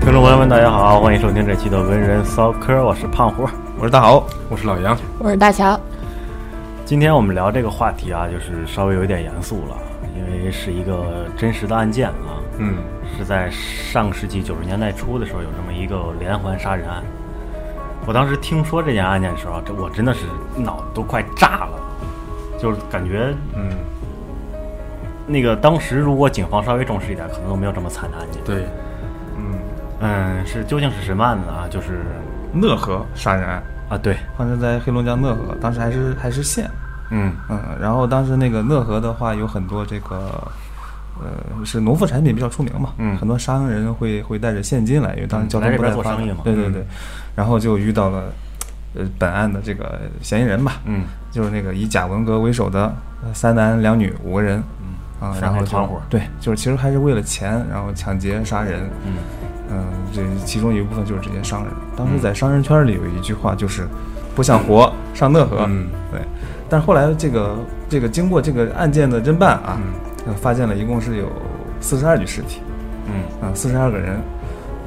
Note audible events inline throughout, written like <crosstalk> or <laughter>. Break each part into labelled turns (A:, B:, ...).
A: 各种朋友们，大家好，欢迎收听这期的文人骚嗑，我是胖虎。
B: 我是大豪，
C: 我是老杨，
D: 我是大乔，
A: 今天我们聊这个话题啊，就是稍微有点严肃了，因为是一个真实的案件啊，
B: 嗯，
A: 是在上世纪九十年代初的时候有这么一个连环杀人案。我当时听说这件案件的时候，这我真的是脑都快炸了，就是感觉，
B: 嗯，
A: 那个当时如果警方稍微重视一点，可能都没有这么惨的案件。
C: 对，
A: 嗯，是究竟是什么案子啊？就是
B: 讷河杀人案
A: 啊，对，
B: 发生在黑龙江讷河，当时还是还是县，
A: 嗯
B: 嗯，然后当时那个讷河的话，有很多这个，呃，是农副产品比较出名嘛，
A: 嗯
B: 很多商人会会带着现金来，因为当时交
A: 来
B: 通
A: 这
B: 不
A: 边
B: 太
A: 做
B: 发达
A: 生意嘛，
B: 对对
A: 嗯
B: 对，然后就遇到了，呃，本案的这个嫌疑人吧，
A: 嗯，
B: 就是那个以贾文革为首的呃三男两女五个人，嗯啊，
A: 三
B: 然后
A: 个
B: 就
A: 团伙
B: 对，就是其实还是为了钱，然后抢劫杀人，
A: 嗯
B: 嗯，这其中有一部分就是这些商人。当时在商人圈里有一句话，就是“不想活，上讷河”。
C: 嗯，
B: 对。但是后来这个这个经过这个案件的侦办啊，呃发现了一共是有四十二具尸体，
A: 嗯
B: 啊、四十二个人，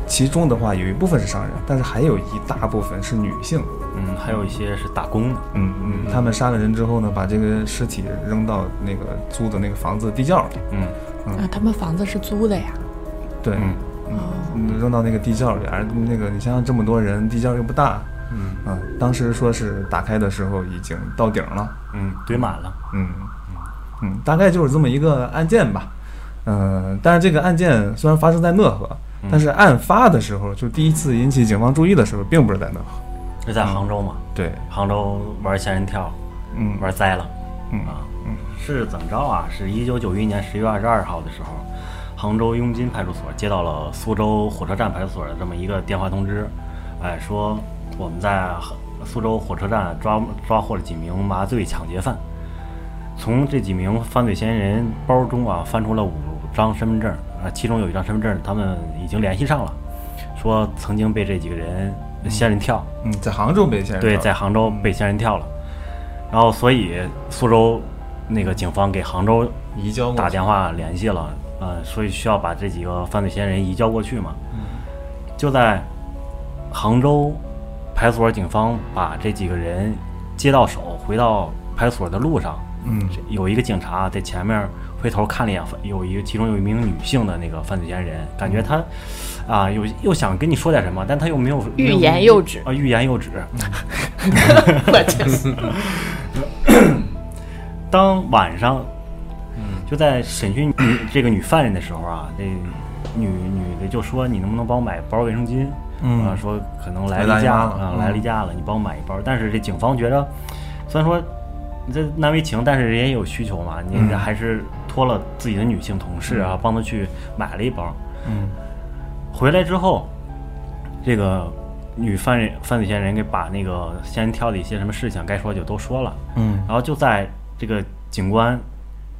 B: 其中的话有一部分是商人，但是还有一大部分是女性。
A: 嗯，还有一些是打工的，
B: 嗯嗯，他们杀了人之后呢，把这个尸体扔到那个租的那个房子地窖里，
A: 嗯
D: 啊，他们房子是租的呀，
B: 对，
A: 嗯
B: 嗯扔到那个地窖里，而那个你想想这么多人，地窖又不大，
C: 嗯
B: 嗯，当时说是打开的时候已经到顶了，
A: 嗯，堆满了，
B: 嗯嗯，大概就是这么一个案件吧，嗯，但是这个案件虽然发生在讷河，
A: 嗯
B: 但是案发的时候，就第一次引起警方注意的时候，并不是在讷河，
A: 是在杭州嘛？
B: 对，
A: 杭州玩仙人跳，
B: 嗯
A: 玩栽了，
B: 嗯
A: 啊，是怎么着啊？是一九九一年十月二十二号的时候，杭州雍金派出所接到了苏州火车站派出所的这么一个电话通知，哎，说我们在苏州火车站抓抓获了几名麻醉抢劫犯，从这几名犯罪嫌疑人包中啊翻出了五张身份证，啊，其中有一张身份证他们已经联系上了，说曾经被这几个人仙人跳。
B: 嗯，在杭州被先
A: 对，在杭
B: 嗯
A: 州被仙人跳了，然后所以苏州那个警方给杭州
B: 移交过去
A: 打电话联系了，呃，所以需要把这几个犯罪嫌疑人移交过去嘛。
B: 嗯
A: 就在杭州派出所警方把这几个人接到手，回到派出所的路上，
B: 嗯
A: 这有一个警察在前面回头看了一眼犯，有一个其中有一名女性的那个犯罪嫌疑人，感觉他
B: 嗯
A: 啊、有又想跟你说点什么，但他又没有
D: 欲
A: 没有
D: 言又止
A: 啊，欲言
B: <laughs>
A: 又止。
D: 我真是
A: 当晚上，
B: 嗯
A: 就在审讯女 <clears throat> 这个女犯人的时候啊，那女女的就说：“你能不能帮我买包卫生巾？”
B: 嗯
A: 啊，说可能来
B: 来大
A: 例
B: 姨
A: 假
B: 妈了
A: 啊，
B: 嗯
A: 来例假了，你帮我买一包。但是这警方觉着，虽然说这难为情，但是人家也有需求嘛，你
B: 嗯
A: 还是托了自己的女性同事啊，帮她去买了一包。
B: 嗯
A: 回来之后，这个女犯人犯罪嫌疑人给把那个先挑的一些什么事情该说就都说了。
B: 嗯
A: 然后就在这个警官，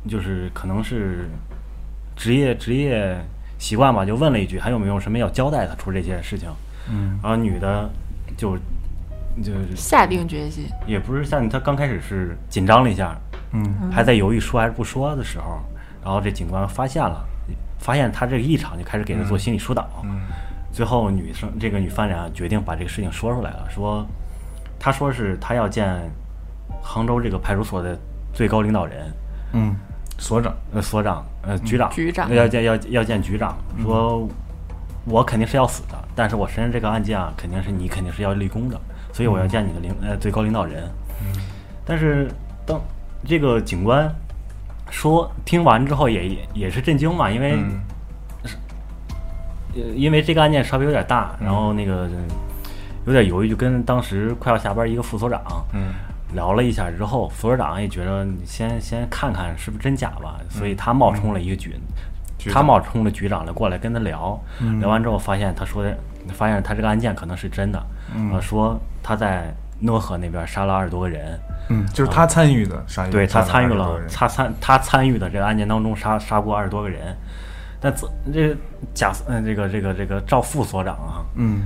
A: 就是可能是职业职业习惯吧，就问了一句还有没有什么要交代他出这些事情。
B: 嗯
A: 然后女的就就是
D: 下定决心，
A: 也不是像她刚开始是紧张了一下，
B: 嗯
A: 还在犹豫说还是不说的时候，然后这警官发现了，发现她这个异常，就开始给她做心理疏导。
B: 嗯
A: 最后女生这个女犯人啊，决定把这个事情说出来了，说她说是她要见杭州这个派出所的最高领导人，
B: 嗯，所长，
A: 呃，所长，呃，局长，
D: 嗯局长
A: 要见要要见局长，说我肯定是要死的，但是我身上这个案件啊，肯定是你肯定是要立功的，所以
D: 嗯
A: 我要见你的领呃最高领导人。但是当这个警官说听完之后也也也是震惊嘛，因为、
B: 嗯
A: 呃因为这个案件稍微有点大，然
D: 嗯
A: 后那个有点犹豫，就跟当时快要下班一个副所长，
B: 嗯
A: 聊了一下之后，副所长也觉得你先先看看是不是真假吧，所以他冒充了一个局，
B: 嗯局
A: 他
B: 长嗯
A: 冒充了局长来过来跟他聊，聊完之后发现他说的，发现他这个案件可能是真的，
B: 嗯
A: 呃，说他在讷河那边杀了二十多个人，
B: 嗯，就是他参与的嗯杀人，
A: 啊对他
B: 杀
A: 参与
B: 二十
A: 了
B: 多人，
A: 他参他参与的这个案件当中杀杀过二十多个人，但这这贾嗯这个这个这个赵副所长啊，
B: 嗯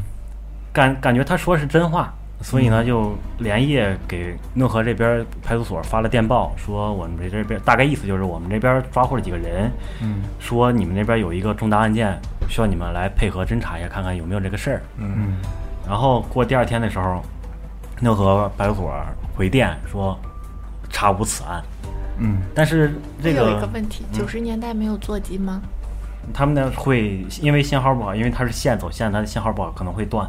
A: 感感觉他说是真话，所以呢，
D: 嗯
A: 就连夜给讷河这边派出所发了电报，说我们这边大概意思就是我们这边抓获了几个人，
B: 嗯
A: 说你们那边有一个重大案件，需要你们来配合侦查一下，看看有没有这个事儿。
B: 嗯
A: 然后过第二天的时候，讷河派出所回电说查无此案，
B: 嗯
A: 但是这
D: 我有
A: 个
D: 一个问题，九十年代没有座机吗？
A: 他们呢会因为信号不好，因为它是线走线，它的信号不好可能会断，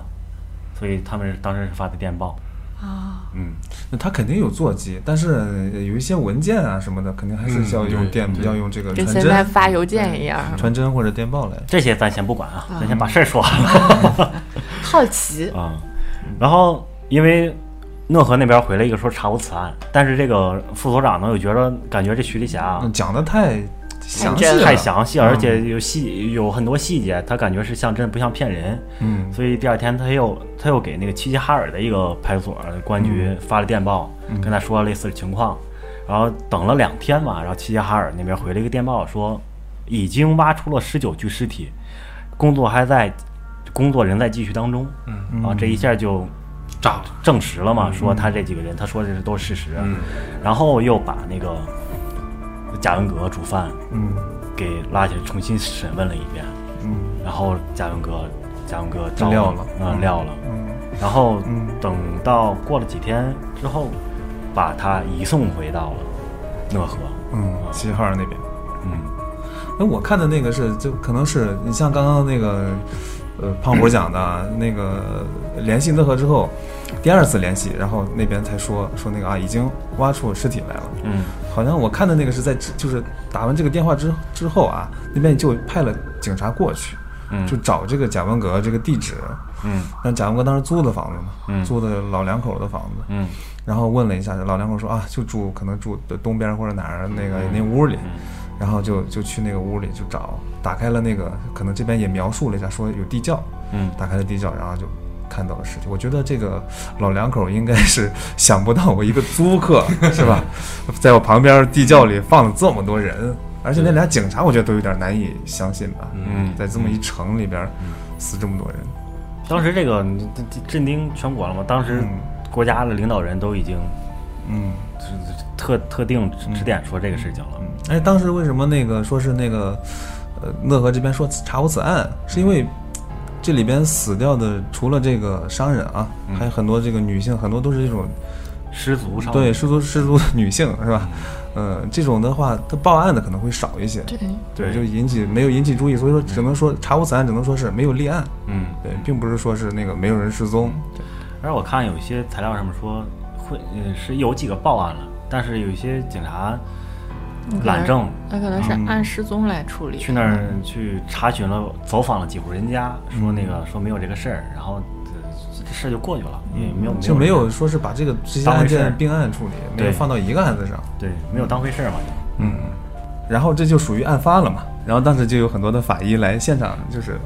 A: 所以他们当时是发的电报。
D: 啊，
A: 嗯，
B: 那他肯定有座机，但是呃有一些文件啊什么的，肯定还
A: 嗯
B: 是要用电，要用这个
D: 跟
B: 传
D: 现在
B: 真、
D: 发邮件一样，
B: 传真或者电报来。
A: 这些咱先不管啊，
D: 嗯
A: 咱先把事儿说完了
D: 好
A: <laughs>
D: 奇
A: 啊、然后因为讷河那边回来一个说查无此案，但是这个副所长呢又觉得感觉这徐丽霞啊
B: 嗯讲的太详细
D: 真
B: 了，
A: 太详细，
B: 嗯
A: 而且有细有很多细节，他感觉是像真不像骗人，
B: 嗯
A: 所以第二天他又他又给那个齐齐哈尔的一个派出所公安局发了电报，跟他说类似的情况，然后等了两天嘛，然后齐齐哈尔那边回了一个电报说，已经挖出了十九具尸体，工作还在，工作仍在继续当中，
B: 嗯
A: 啊，这一下就
C: 炸
A: 证实了嘛，说他这几个人，他说的这都是事实，然后又把那个贾文革主犯
B: 嗯
A: 给拉起来重新审问了一遍，
B: 嗯
A: 然后贾文革贾文革招
B: 撂了
A: 啊、
B: 嗯
A: 撂了，
B: 嗯
A: 然后
B: 嗯
A: 等到过了几天之后，把他移送回到了讷河，
B: 嗯，齐齐哈尔那边。
A: 嗯
B: 那我看的那个是，就可能是你像刚刚那个，呃，胖虎讲的啊那个联系讷河之后，第二次联系，然后那边才说说那个啊，已经挖出尸体来了。
A: 嗯，
B: 好像我看的那个是在之就是打完这个电话之之后啊，那边就派了警察过去，
A: 嗯
B: 就找这个贾文革这个地址。
A: 嗯
B: 但贾文革当时租的房子嘛，
A: 嗯
B: 租的老两口的房子，
A: 嗯
B: 然后问了一下，老两口说啊，就住可能住东边或者哪儿那
A: 嗯
B: 个那屋里，然后就就去那个屋里就找，打开了那个，可能这边也描述了一下，说有地窖，
A: 嗯
B: 打开了地窖，然后就看到了尸体。我觉得这个老两口应该是想不到我一个
A: <laughs>
B: 租客是吧，在我旁边地窖里放了这么多人，而且那俩警察我觉得都有点难以相信吧，
A: 嗯
B: 在这么一城里边死这么多人，
A: 当时这个这这震惊全国了嘛，当时
B: 嗯
A: 国家的领导人都已经
B: 嗯。
A: 特特定指指点说这个事情了，
B: 哎，当时为什么那个说是那个，呃，讷河这边说查无此案，是因为这里边死掉的除了这个商人啊，还有很多这个女性，很多都是这种
A: 失足嗯少
B: 对失足失足的女性是吧？呃，这种的话，他报案的可能会少一些，
D: 对，
A: 对
B: 就引起没有引起注意，所以说只能说查无此案，只能说是没有立案，
A: 嗯，
B: 对，并不是说是那个没有人失踪，
A: 而我看有一些材料上面说会呃是有几个报案了，但是有一些警察懒政，
D: 那可能是按失踪来处理
A: 去。那儿去查询了，走访了几户人家，说那
B: 嗯
A: 个说没有这个事儿，然后呃这事儿就过去了，也没有
B: 嗯就没有
A: 人
B: 说是把这个这些
A: 当回
B: 案
A: 事儿
B: 件并案处理，没有
A: 对
B: 放到一个案子上。
A: 对没有当回事儿嘛，
B: 嗯，然后这就属于案发了嘛。然后当时就有很多的法医来现场，就是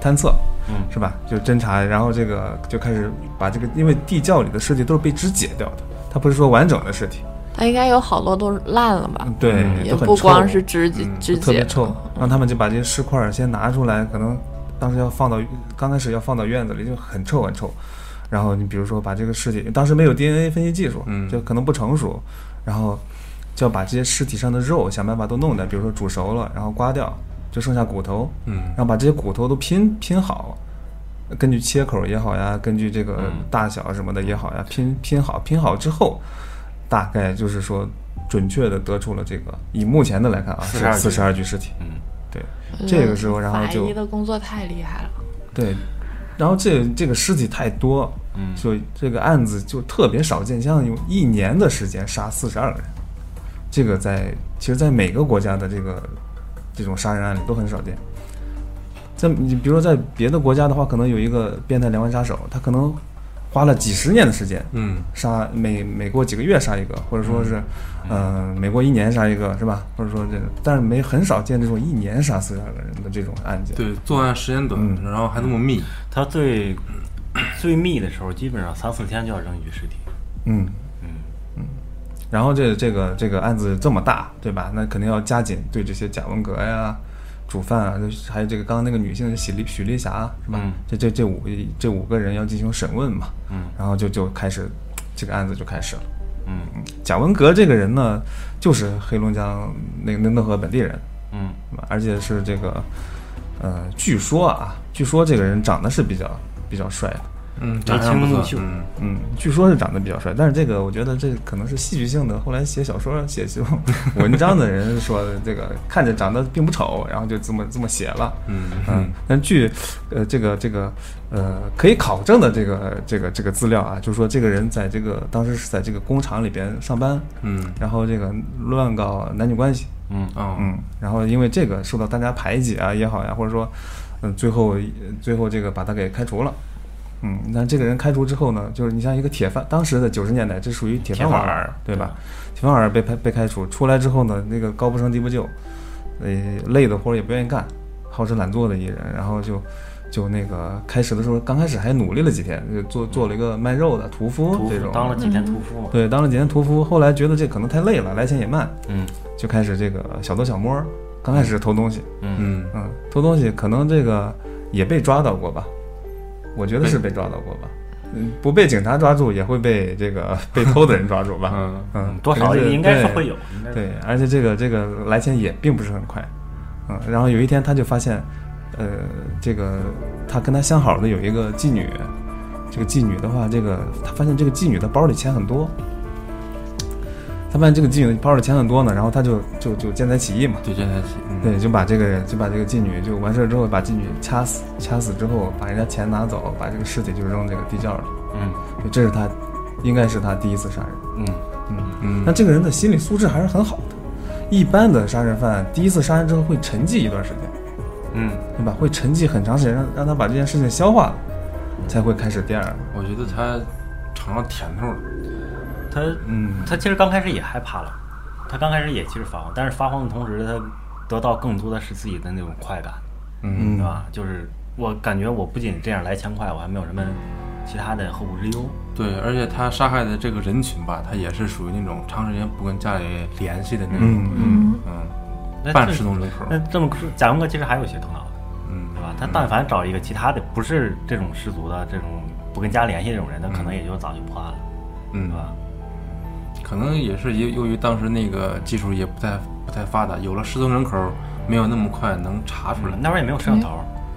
B: 探测，
A: 嗯
B: 是吧？就侦查，然后这个就开始把这个，因为地窖里的尸体都是被肢解掉的，它不是说完整的尸体，
D: 它应该有好多都烂了吧？
B: 嗯
D: 嗯
B: 对，
D: 也
B: 都很
D: 不
B: 臭
D: 光是肢解
B: 嗯
D: 肢
B: 特别
D: 解
B: 臭。让他们就把这些尸块儿先拿出来，可能当时要放到刚开始要放到院子里，就很臭很臭。然后你比如说把这个尸体，当时没有 DNA 分析技术，
C: 嗯
B: 就可能不成熟，然后就要把这些尸体上的肉想办法都弄掉，比如说煮熟了，然后刮掉，就剩下骨头，
C: 嗯
B: 然后把这些骨头都拼拼好，根据切口也好呀，根据这个大小什么的也好呀，拼拼好，拼好之后，大概就是说准确的得出了这个，以目前的来看啊，是
A: 42
B: 四十二具尸体，
A: 嗯
B: 对，
D: 嗯
B: 这个时候然后
D: 法医
B: 就
D: 的工作太厉害了，
B: 对，然后这这个尸体太多，
A: 嗯
B: 所以这个案子就特别少见，像有一年的时间杀四十二个人，这个在其实，在每个国家的这个这种杀人案里都很少见。在你比如说在别的国家的话，可能有一个变态连环杀手，他可能花了几十年的时间，
C: 嗯
B: 杀每每过几个月杀一个，或者说是，嗯、呃，每过一年杀一个，是吧？或者说这种，但是没很少见这种一年杀四十二个人的这种案件。
C: 对，作案时间短，
B: 嗯
C: 然后还那么密，
A: 他最最密的时候，基本上三四天就要扔一具尸体，
B: 嗯，
A: 嗯
B: 然后这这个这个案子这么大，对吧？那肯定要加紧对这些贾文革呀、煮饭啊，就是还有这个刚刚那个女性的许丽许丽霞啊是吧？
A: 嗯
B: 这这这五这五个人要进行审问嘛，
A: 嗯
B: 然后就就开始这个案子就开始了。
A: 嗯
B: 贾文革这个人呢，就是黑龙江那个那讷河本地人，
A: 嗯
B: 而且是这个，呃，据说啊，据说这个人长得是比较比较帅的，
C: 嗯，
A: 长相不错
C: 嗯
B: 嗯，据说是长得比较帅，但是这个我觉得这可能是戏剧性的。后来写小说、写这种 <laughs> 文章的人说的，这个看着长得并不丑，然后就这么这么写了。
C: 嗯
B: 嗯，但据呃这个这个呃可以考证的这个这个这个资料啊，就说这个人在这个当时是在这个工厂里边上班，
C: 嗯
B: 然后这个乱搞男女关系，
A: 嗯
C: 哦
B: 嗯，然后因为这个受到大家排挤啊也好呀，或者说，嗯，最后最后这个把他给开除了。嗯，那这个人开除之后呢，就是你像一个铁饭，当时的九十年代，这属于铁饭碗
A: 铁饭碗
B: 儿
A: 儿，
B: 对吧？铁饭碗儿被开被开除，出来之后呢，那个高不成低不就，呃，累的活儿也不愿意干，好吃懒做的一人，然后就就那个开始的时候，刚开始还努力了几天，就做做了一个卖肉的屠夫
A: 嗯屠
B: 这
A: 夫
B: 种，嗯
A: 当了几天屠夫嘛，
B: 对，当了几天屠夫，后来觉得这可能太累了，来钱也慢，
A: 嗯
B: 就开始这个小偷小摸儿，刚开始偷东西，
A: 嗯
C: 嗯
B: 嗯，偷东西可能这个也被抓到过吧，我觉得是被抓到过吧，嗯，不被警察抓住也会被这个 <laughs> 被偷的人抓住吧，
C: 嗯
B: 嗯，
A: 多少
B: 肯定是
A: 应该是
B: 对
A: 会有，应该是
B: 对，而且这个这个来钱也并不是很快，嗯，然后有一天他就发现，呃，这个他跟他相好的有一个妓女，这个妓女的话，这个他发现这个妓女的包里钱很多，他发现这个妓女包里钱很多呢，然后他就就就见财起意嘛，
C: 对，这才起，嗯
B: 对，就把这个就把这个妓女就完事儿之后，把妓女掐死，掐死之后把人家钱拿走，把这个尸体就扔这个地窖里，
A: 嗯
B: 就这是他，应该是他第一次杀人。
A: 嗯
C: 嗯
B: 那这个人的心理素质还是很好的。一般的杀人犯第一次杀人之后会沉寂一段时间，
A: 嗯
B: 对吧？会沉寂很长时间，让让他把这件事情消化了，才会开始第二。
C: 我觉得他尝到甜头了，
A: 他
B: 嗯，
A: 他其实刚开始也害怕了，他刚开始也其实发慌，但是发慌的同时，他得到更多的是自己的那种快感，
C: 嗯
A: 对吧？就是我感觉我不仅这样来钱快，我还没有什么其他的后顾之忧。
C: 对，而且他杀害的这个人群吧，他也是属于那种长时间不跟家里联系的那种，
B: 嗯
A: 那
C: 嗯，半
A: 这
C: 失踪人口，
A: 那啊这么说，贾文革其实还有些头脑的，
C: 嗯
A: 对吧？他但凡找一个其他的不是这种失足的、这种不跟家联系这种人，他可能也就早就破案了，对
C: 嗯，
A: 吧？
C: 可能也是由由于当时那个技术也不太不太发达，有了失踪人口没有那么快能查出来，
A: 那会儿也没有摄像头，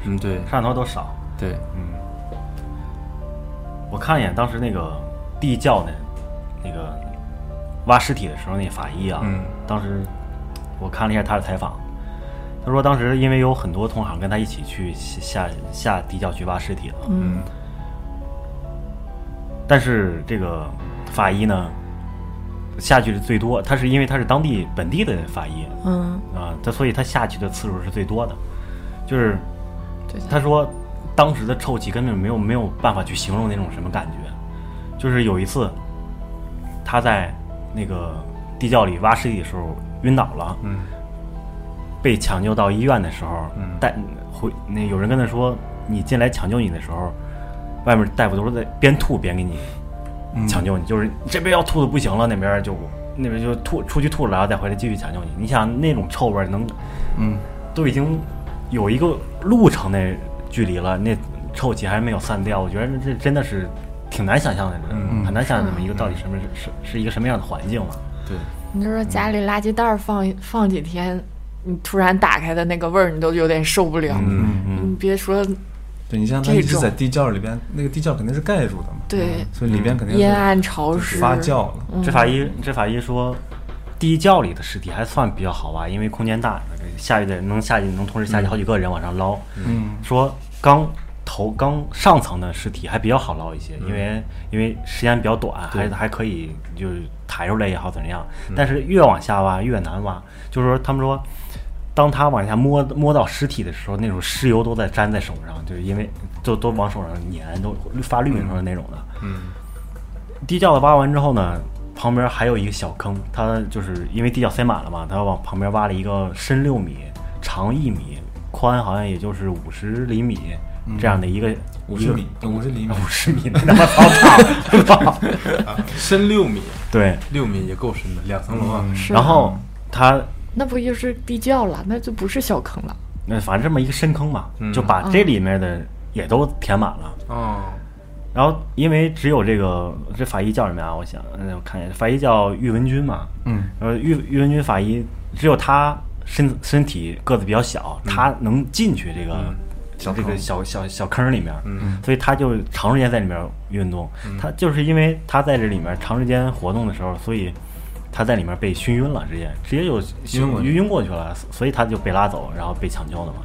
C: 嗯，对
A: 摄像头都少。
C: 对，
A: 嗯我看一眼当时那个地窖的，那个挖尸体的时候那法医啊，
C: 嗯
A: 当时我看了一下他的采访，他说当时因为有很多同行跟他一起去下下下地窖去挖尸体了，
C: 嗯
A: 但是这个法医呢下去的最多，他是因为他是当地本地的法医
D: 嗯，
A: 啊，他所以他下去的次数是最多的，就是
D: 对的，
A: 他说当时的臭气根本没有没有办法去形容那种什么感觉，就是有一次他在那个地窖里挖尸体的时候晕倒了，
C: 嗯
A: 被抢救到医院的时候，
C: 嗯
A: 带回那有人跟他说你进来抢救你的时候，外面大夫都是在边吐边给你
C: 嗯
A: 抢救你，就是这边要吐的不行了，那边就那边就吐出去吐了，然后再回来继续抢救你。你想那种臭味儿能
B: 嗯，
A: 都已经有一个路程的距离了，那臭气还没有散掉，我觉得这真的是挺难想象的，
C: 嗯
A: 很难想象这么一个到底什么是是是一个什么样的环境嘛。
B: 嗯
C: 对，
D: 你就说家里垃圾袋儿放放几天，你突然打开的那个味儿，你都有点受不了。
C: 嗯
D: 你别说
B: 对你像他
D: 这
B: 一直
D: 种
B: 在地窖里边，那个地嗯窖肯定是盖住的嘛，
D: 对
B: 所以里边肯定
D: 阴暗
B: 是
D: 潮湿，
B: 发酵了。
A: 这法医这法医说，地窖里的尸体还算比较好挖，因为空间大，下去的能下去能同时下去好几个人往上捞。
B: 嗯，
A: 说刚头刚上层的尸体还比较好捞一些，因为因为时间比较短，还还可以就是抬出来也好怎么样。但是越往下挖越难挖，就是说他们说。当他往下摸摸到尸体的时候，那种尸油都在粘在手上，就是因为都都往手上粘，都发绿的时候那种的。
C: 嗯
A: 地窖的挖完之后呢，旁边还有一个小坑，它就是因为地窖塞满了嘛，它往旁边挖了一个深六米、长一米、宽好像也就是五十厘米这样的一个
B: 五十米，五十厘米，
A: 五十米的他妈操场，
C: 深六米，
A: 对，
C: 六米也够
A: 嗯
C: 深的，两层楼啊，
D: 是
A: 然后它
D: 那不就是地窖了？那就不是小坑了。
A: 那反正这么一个深坑嘛，
C: 嗯
A: 就把这里面的也都填满了。
C: 哦，
A: 然后因为只有这个这法医叫什么呀？我想，嗯，我看一下，法医叫玉文君嘛。
B: 嗯，
A: 呃，玉玉文君法医只有他身身体个子比较小，他能进去这个、
C: 嗯
B: 小
A: 这个
B: 坑
A: 小小小坑里面，
C: 嗯
A: 所以他就长时间在里面运动。他就是因为他在这里面长时间活动的时候，所以他在里面被熏晕了，直接直接就
C: 晕过去
A: 晕晕过去了，所以他就被拉走，然后被抢救的嘛。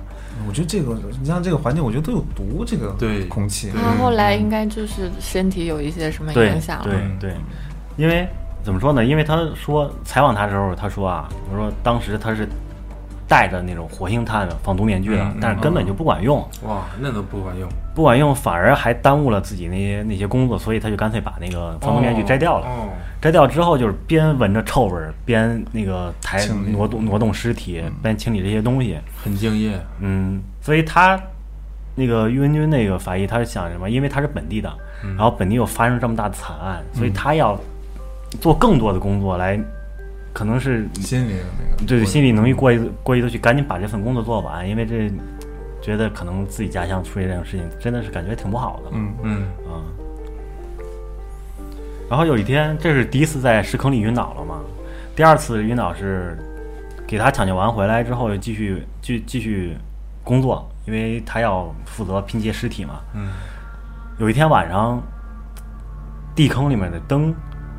B: 我觉得这个，你像这个环境，我觉得都有毒，这个
C: 对
B: 空气，
D: 他后来应该就是身体有一些什么
A: 对
D: 影响
A: 对
D: 了，
A: 对，因为怎么说呢？因为他说采访他的时候，他说啊，我说当时他是戴着那种活性炭防毒面具的，
C: 嗯
A: 但是根本就不管用，
C: 哇，那都不管用，
A: 不管用，反而还耽误了自己那些那些工作，所以他就干脆把那个防毒面具摘掉了。
C: 哦，
A: 摘掉之后，就是边闻着臭味儿，边那个抬
B: 清理
A: 挪动挪动尸体，
C: 嗯
A: 边清理这些东西。
C: 很敬业，
A: 嗯，所以他那个郁文军那个法医，他是想什么？因为他是本地的，然后本地又发生这么大的惨案，所以他要做更多的工作来，可能是
B: 心里的那个，
A: 对心理能力过意过意的去，赶紧把这份工作做完，因为这觉得可能自己家乡出现这种事情，真的是感觉挺不好的。
B: 嗯，
C: 嗯
A: 啊。然后有一天，这是第一次在石坑里晕倒了嘛？第二次晕倒是给他抢救完回来之后，又继续继继续工作，因为他要负责拼接尸体嘛。
C: 嗯，
A: 有一天晚上，地坑里面的灯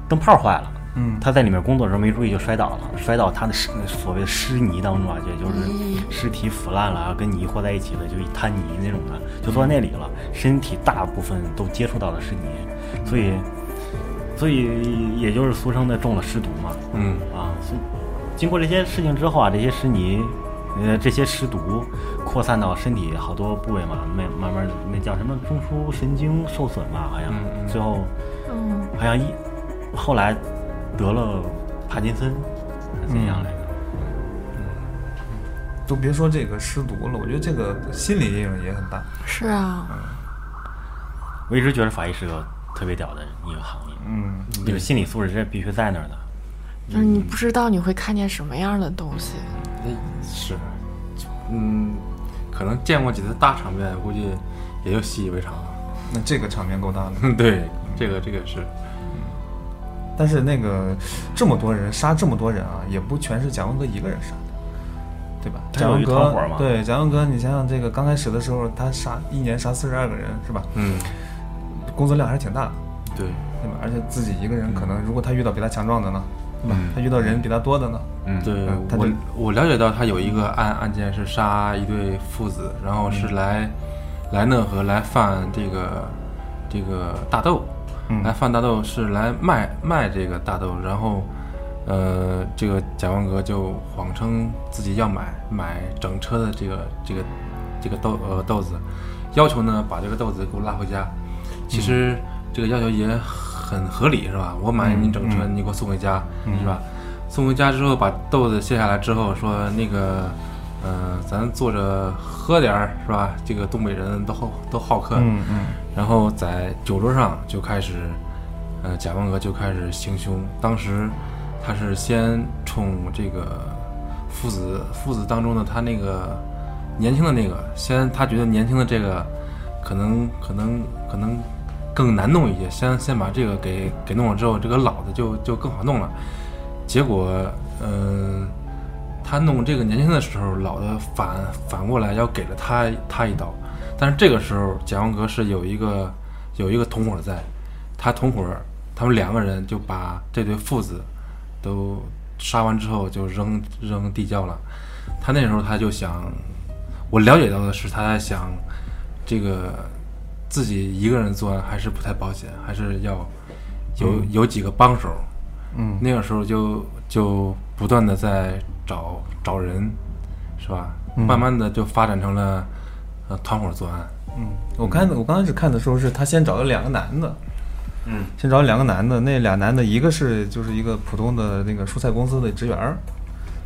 A: 灯泡坏了。
B: 嗯
A: 他在里面工作的时候没注意就摔倒了，摔到他的尸所谓的尸泥当中啊，也就是尸体腐烂了，啊跟泥和在一起的，就一滩泥那种的，就坐在那里了，身体大部分都接触到了尸泥，所以，所以也就是俗称的中了尸毒嘛。
C: 嗯
A: 啊，所以经过这些事情之后啊，这些尸泥，呃，这些尸毒扩散到身体好多部位嘛，慢慢慢那叫什么中枢神经受损吧，好像、
C: 嗯嗯
A: 最后
D: 嗯，
A: 好像一后来得了帕金森，还是怎样来着？
B: 都别说这个失毒了，我觉得这个心理阴影也很大。
D: 是啊，
A: 我一直觉得法医是个特别屌的一个行业，
B: 嗯，
A: 这个心理素质这必须在那儿的。
D: 就是你不知道你会看见什么样的东西，
C: 那是，嗯，可能见过几次大场面，估计也就习以为常了。 <laughs>
B: 那这个场面够大的。
C: 对，这个这个是，
B: 但是那个这么多人杀这么多人啊，也不全是贾文革一个人杀的，对吧？
A: 他
B: 贾
A: 有
B: 文
A: 一团
B: 革
A: 伙嘛
B: 对贾文革，你想想这个刚开始的时候，他杀一年杀四十二个人是吧？
C: 嗯，
B: 工作量还是挺大的，
C: 对，
B: 对吧？而且自己一个人可能，如果他遇到比他强壮的呢，对吧？他遇到人比他多的呢，
A: 嗯
C: 对
B: 嗯他
C: 我
B: 就
C: 我了解到他有一个案案件是杀一对父子，然后
A: 嗯
C: 是来、来讷河来贩这个这个大豆，
B: 嗯
C: 来贩大豆是来卖卖这个大豆，然后呃这个贾文革就谎称自己要买买整车的这个这个这个豆呃豆子，要求呢把这个豆子给我拉回家，其实这个要求也很合理是吧？我买你整车，你给我送回家、是吧？送回家之后，把豆子卸下来之后，说那个，嗯、咱坐着喝点儿是吧？这个东北人都好都好客，
B: 嗯嗯，
C: 然后在酒桌上就开始，呃，贾文革就开始行凶。当时他是先冲这个父子父子当中的他那个年轻的那个，先他觉得年轻的这个可能可能可能更难弄一些，先先把这个给给弄了之后，这个老的就就更好弄了。结果，嗯、他弄这个年轻的时候，老的反反过来要给了他他一刀，但是这个时候贾文革是有一个有一个同伙在，他同伙他们两个人就把这对父子都杀完之后就扔扔地窖了。他那时候他就想，我了解到的是他在想，这个自己一个人作案还是不太保险，还是要有有几个帮手。
B: 嗯，
C: 那个时候就就不断的在找找人，是吧？
A: 嗯
C: 慢慢的就发展成了呃团伙作案。
B: 嗯，我看我刚开始看的时候是他先找了两个男的，
A: 嗯，
B: 先找了两个男的，那俩男的一个是就是一个普通的那个蔬菜公司的职员儿，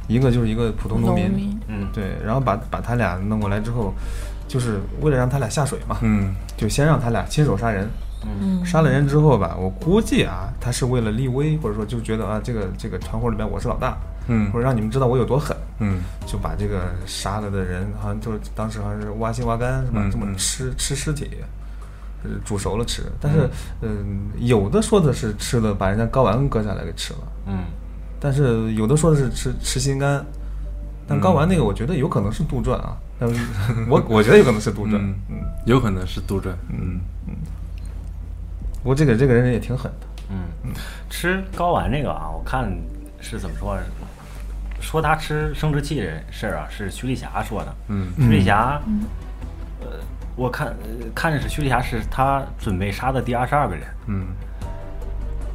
B: 一个就是一个普通农民，
D: 农民
A: 嗯
B: 对，然后把把他俩弄过来之后，就是为了让他俩下水嘛，
C: 嗯
B: 就先让他俩亲手杀人，嗯，杀了人之后吧，我估计啊，他是为了立威，或者说就觉得啊，这个这个团伙里面我是老大，
C: 嗯
B: 或者让你们知道我有多狠，
C: 嗯
B: 就把这个杀了的人，好像就是当时好像是挖心挖肝是吧？
C: 嗯
B: 这么
C: 嗯
B: 吃吃尸体，呃，煮熟了吃。但是，嗯、有的说的是吃了把人家睾丸割下来给吃了，
A: 嗯，
B: 但是有的说的是吃吃心肝，但睾丸那个我觉得有可能是杜撰啊，但 <laughs> 是我我觉得有可能是杜撰，
C: 嗯
B: 嗯，
C: 有可能是杜撰，嗯
B: 不过这个这个人也挺狠的，
A: 嗯，吃睾丸这个啊，我看是怎么说，啊说他吃生殖器这事儿啊，是徐丽霞说的。
C: 嗯
A: 徐丽霞，呃，我看呃看着是徐丽霞是他准备杀的第二十二个人。
C: 嗯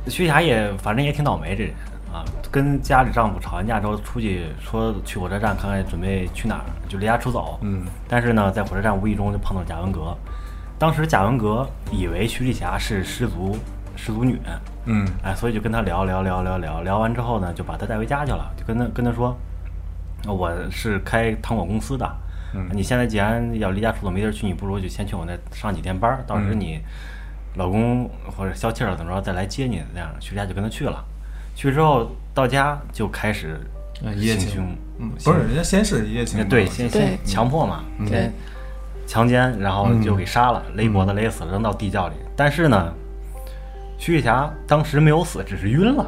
A: 徐霞也反正也挺倒霉，这人啊，跟家里丈夫吵完架之后出去说去火车站看看准备去哪儿，就离家出走。
C: 嗯，
A: 但是呢，在火车站无意中就碰到贾文革，当时贾文革以为徐丽霞是失足失足女，
C: 嗯
A: 哎，所以就跟她聊聊聊聊聊聊完之后呢，就把她带回家去了，就跟她跟她说，我是开糖果公司的，
B: 嗯
A: 你现在既然要离家出走没地儿去，你不如就先去我那上几天班儿，到时
B: 嗯
A: 你老公或者消气儿了怎么着再来接你，那样徐丽霞就跟他去了，去之后到家就开始
B: 啊一夜
A: 行
B: 情
A: 凶，
B: 嗯，不是人家先是一夜情嘛，
A: 对，先先
D: 对
A: 强迫嘛，
B: 嗯
D: 对，
A: 强奸，然后就给杀了，勒脖子
B: 嗯
A: 勒死了，扔到地窖里。但是呢，徐玉霞当时没有死，只是晕了。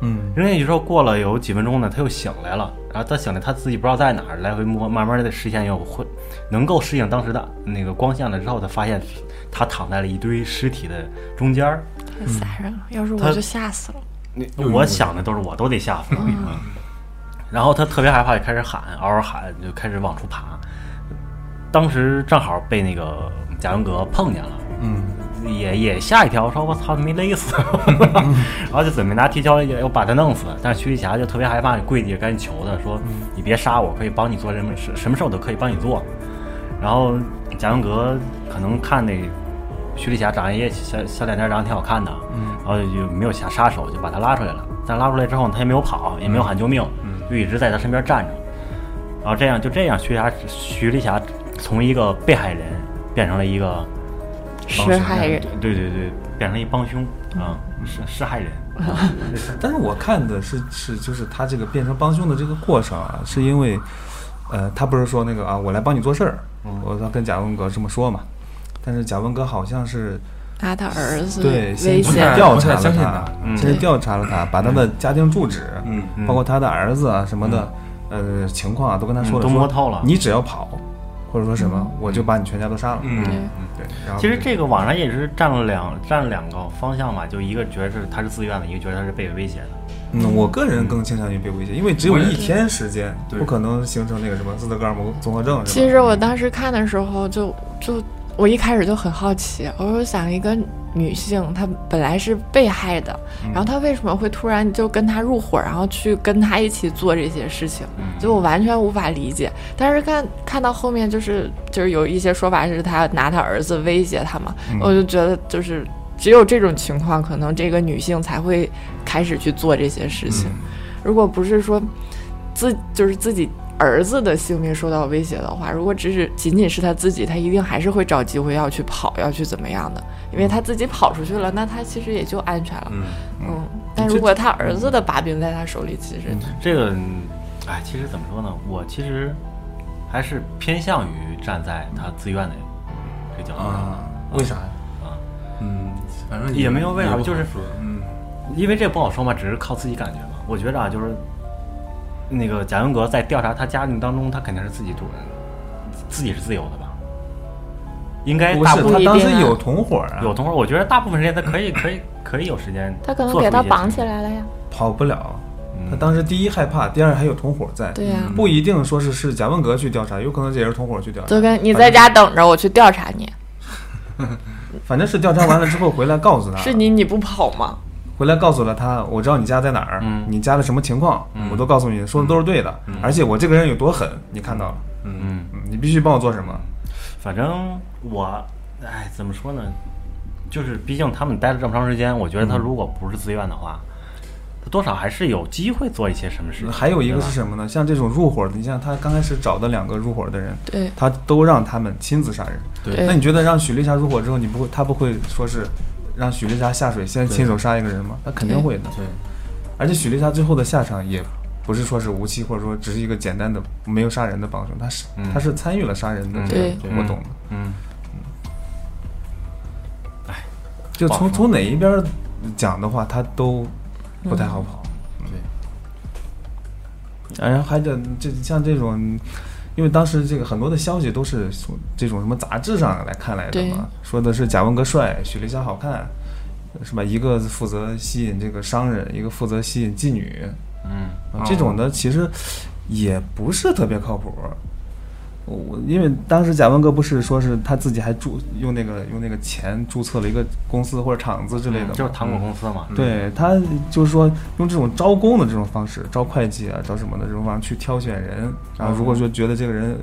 B: 嗯
A: 人家有时候过了有几分钟呢，他又醒来了，然后他醒来他自己不知道在哪儿，来回摸，慢慢的视线又会能够适应当时的那个光线了之后，他发现他躺在了一堆尸体的中间儿。
D: 太
B: 嗯
D: 吓人了，要是
A: 他
D: 我就吓死了。
A: 那
C: 又晕
A: 我
C: 了
A: 想的都是我都得吓死我。然后他特别害怕，就开始喊，嗷嗷喊，就开始往出爬。当时正好被那个贾文革碰见了，
B: 嗯
A: 也也吓一跳，我说我操，没勒死，
C: <laughs>
A: 然后就准备拿铁锹要把他弄死，但是徐丽霞就特别害怕，就跪地赶紧求他说：“
C: 嗯
A: 你别杀我，可以帮你做什么事，什么事我都可以帮你做。”然后贾文革可能看那徐丽霞长得也小小脸蛋儿长得挺好看的，然后就没有下杀手，就把她拉出来了。但拉出来之后呢，她也没有跑，也没有喊救命，就一直在他身边站着。然后这样就这样，徐霞徐丽霞从一个被害人变成了一个
D: 施害人，
A: 对对对，变成一帮凶啊，是是害人。
B: 但是我看的是是就是他这个变成帮凶的这个过程啊，是因为，呃，他不是说那个啊，我来帮你做事儿，我他跟贾文革这么说嘛，但是贾文革好像是
D: 拿他儿子
B: 对
D: 威
B: 先
C: 不太
D: 胁，
B: 调查
C: 不太相信
B: 了他，
C: 他
A: 嗯
B: 先是调查了他，把他的家庭住址，
C: 嗯
A: 嗯
B: 包括他的儿子啊什么的，呃，情况啊都跟他
A: 嗯
B: 说了，
A: 都摸透了嗯
B: 说你只要跑，或者说什么，我就把你全家都杀了。
C: 嗯
D: 对
B: 对，然后
A: 其实这个网上也是站了两站两个方向嘛，就一个觉得是他是自愿的，一个觉得他是被威胁的。
B: 嗯，我个人更倾向于被威胁，因为只有一天时间，
C: 对
B: 不可能形成那个什么斯德哥尔摩综合症。是吧
D: 其实我当时看的时候就，就我一开始就很好奇，我说想一个女性，她本来是被害的，
B: 嗯
D: 然后她为什么会突然就跟她入伙，然后去跟她一起做这些事情？
B: 嗯
D: 就我完全无法理解。但是看看到后面，就是就是有一些说法是她拿她儿子威胁她嘛，
B: 嗯
D: 我就觉得就是只有这种情况，可能这个女性才会开始去做这些事
B: 嗯
D: 情。如果不是说自就是自己儿子的性命受到威胁的话，如果只是仅仅是他自己，他一定还是会找机会要去跑，要去怎么样的，因为他自己跑出去了，那他其实也就安全了。嗯但如果他儿子的把柄在他手里，其实
A: 这个，嗯哎，其实怎么说呢？我其实还是偏向于站在他自愿的这角度上，
B: 啊，为啥呀？
A: 啊，
C: 嗯，反正
A: 也没有为啥
C: 也不好
A: 就是
C: 说嗯
A: 因为这不好说嘛，只是靠自己感觉嘛。我觉着啊，就是那个贾文革在调查他家庭当中，他肯定是自己主人，自己是自由的吧？应该
B: 不
A: 大
B: 是
A: 部
D: 不
B: 他
D: 一
B: 当
D: 定
B: 时
D: 啊
B: 有同伙啊，
A: 有同伙，我觉得大部分时间他可以可以可以有时间，
D: 他可能给他绑起。来了呀。
B: 跑不了。
A: 嗯
B: 他当时第一害怕，第二还有同伙在，
D: 对啊呀、
B: 不一定说是是贾文革去调查，有可能这也是同伙去调查。
D: 就跟你在家等着我去调查你，
B: 反正是调查完了之后回来告诉他，
D: 是你你不跑吗？
B: 回来告诉了他，我知道你家在哪儿，
A: 嗯
B: 你家的什么情况，我都告诉你，说的都是对的，而且我这个人有多狠，你看到了，
A: 嗯，
B: 嗯你必须帮我做什么，
A: 反正我，哎，怎么说呢？就是毕竟他们待了这么长时间，我
B: 嗯
A: 觉得他如果不是自愿的话，他多少还是有机会做一些什么事情。
B: 还有一个
A: 对吧
B: 是什么呢？像这种入伙的，你像他刚开始找的两个入伙的人，
D: 对
B: 他都让他们亲自杀人。
C: 对
D: 对
B: 那你觉得让许丽霞入伙之后，你不会，他不会说是让许丽莎下水先亲手杀一个人吗？他肯定会的。
C: 对，
B: 而且许丽莎最后的下场也不是说是无期，或者说只是一个简单的没有杀人的帮凶，他是、
C: 嗯
B: 他是参与了杀人的
C: 嗯
B: 这个
C: 对
B: 活动的。
C: 嗯，
B: 就从
C: 哎
A: 哇
B: 从哪一边儿讲的话，他都不太好跑。
C: 对，
B: 然后哎还得这像这种，因为当时这个很多的消息都是从这种什么杂志上来看来的
D: 对
B: 嘛，说的是贾文革帅，许丽莎好看，是吧？一个负责吸引这个商人，一个负责吸引妓女，
A: 嗯，
B: 啊，这
C: 哦
B: 种的其实也不是特别靠谱。我因为当时贾文革不是说是他自己还注用那个用那个钱注册了一个公司或者厂子之类的嘛，
A: 嗯
B: 嗯
A: 就是糖果公司嘛，
B: 对他就是说用这种招工的这种方式，招会计啊，招什么的这种方式去挑选人。然后如果说觉得这个人，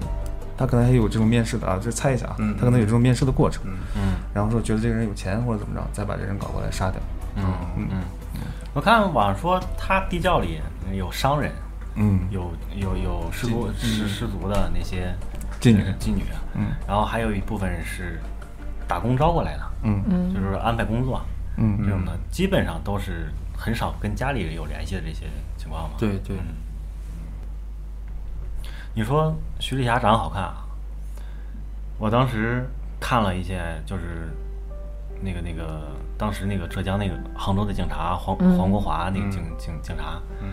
B: 他可能还有这种面试的啊，就猜一下啊，
C: 嗯
B: 他可能有这种面试的过程。
C: 嗯
A: 嗯
B: 然后说觉得这个人有钱或者怎么着，再把这人搞过来杀掉。
A: 嗯嗯嗯，我看网上说他地窖里有商人，
B: 嗯，
A: 有有有失足失失足的那些
B: 妓女
A: 呃妓女，
B: 嗯，
A: 然后还有一部分是打工招过来的，
B: 嗯
D: 嗯
A: 就是安排工作
B: 嗯
A: 这种的，基本上都是很少跟家里有联系的这些情况嘛。
C: 对对，
A: 嗯你说徐丽霞长得好看啊？我当时看了一些，就是那个那个当时那个浙江那个杭州的警察黄
D: 嗯
A: 黄国华那个
C: 嗯
A: 警警警察，
C: 嗯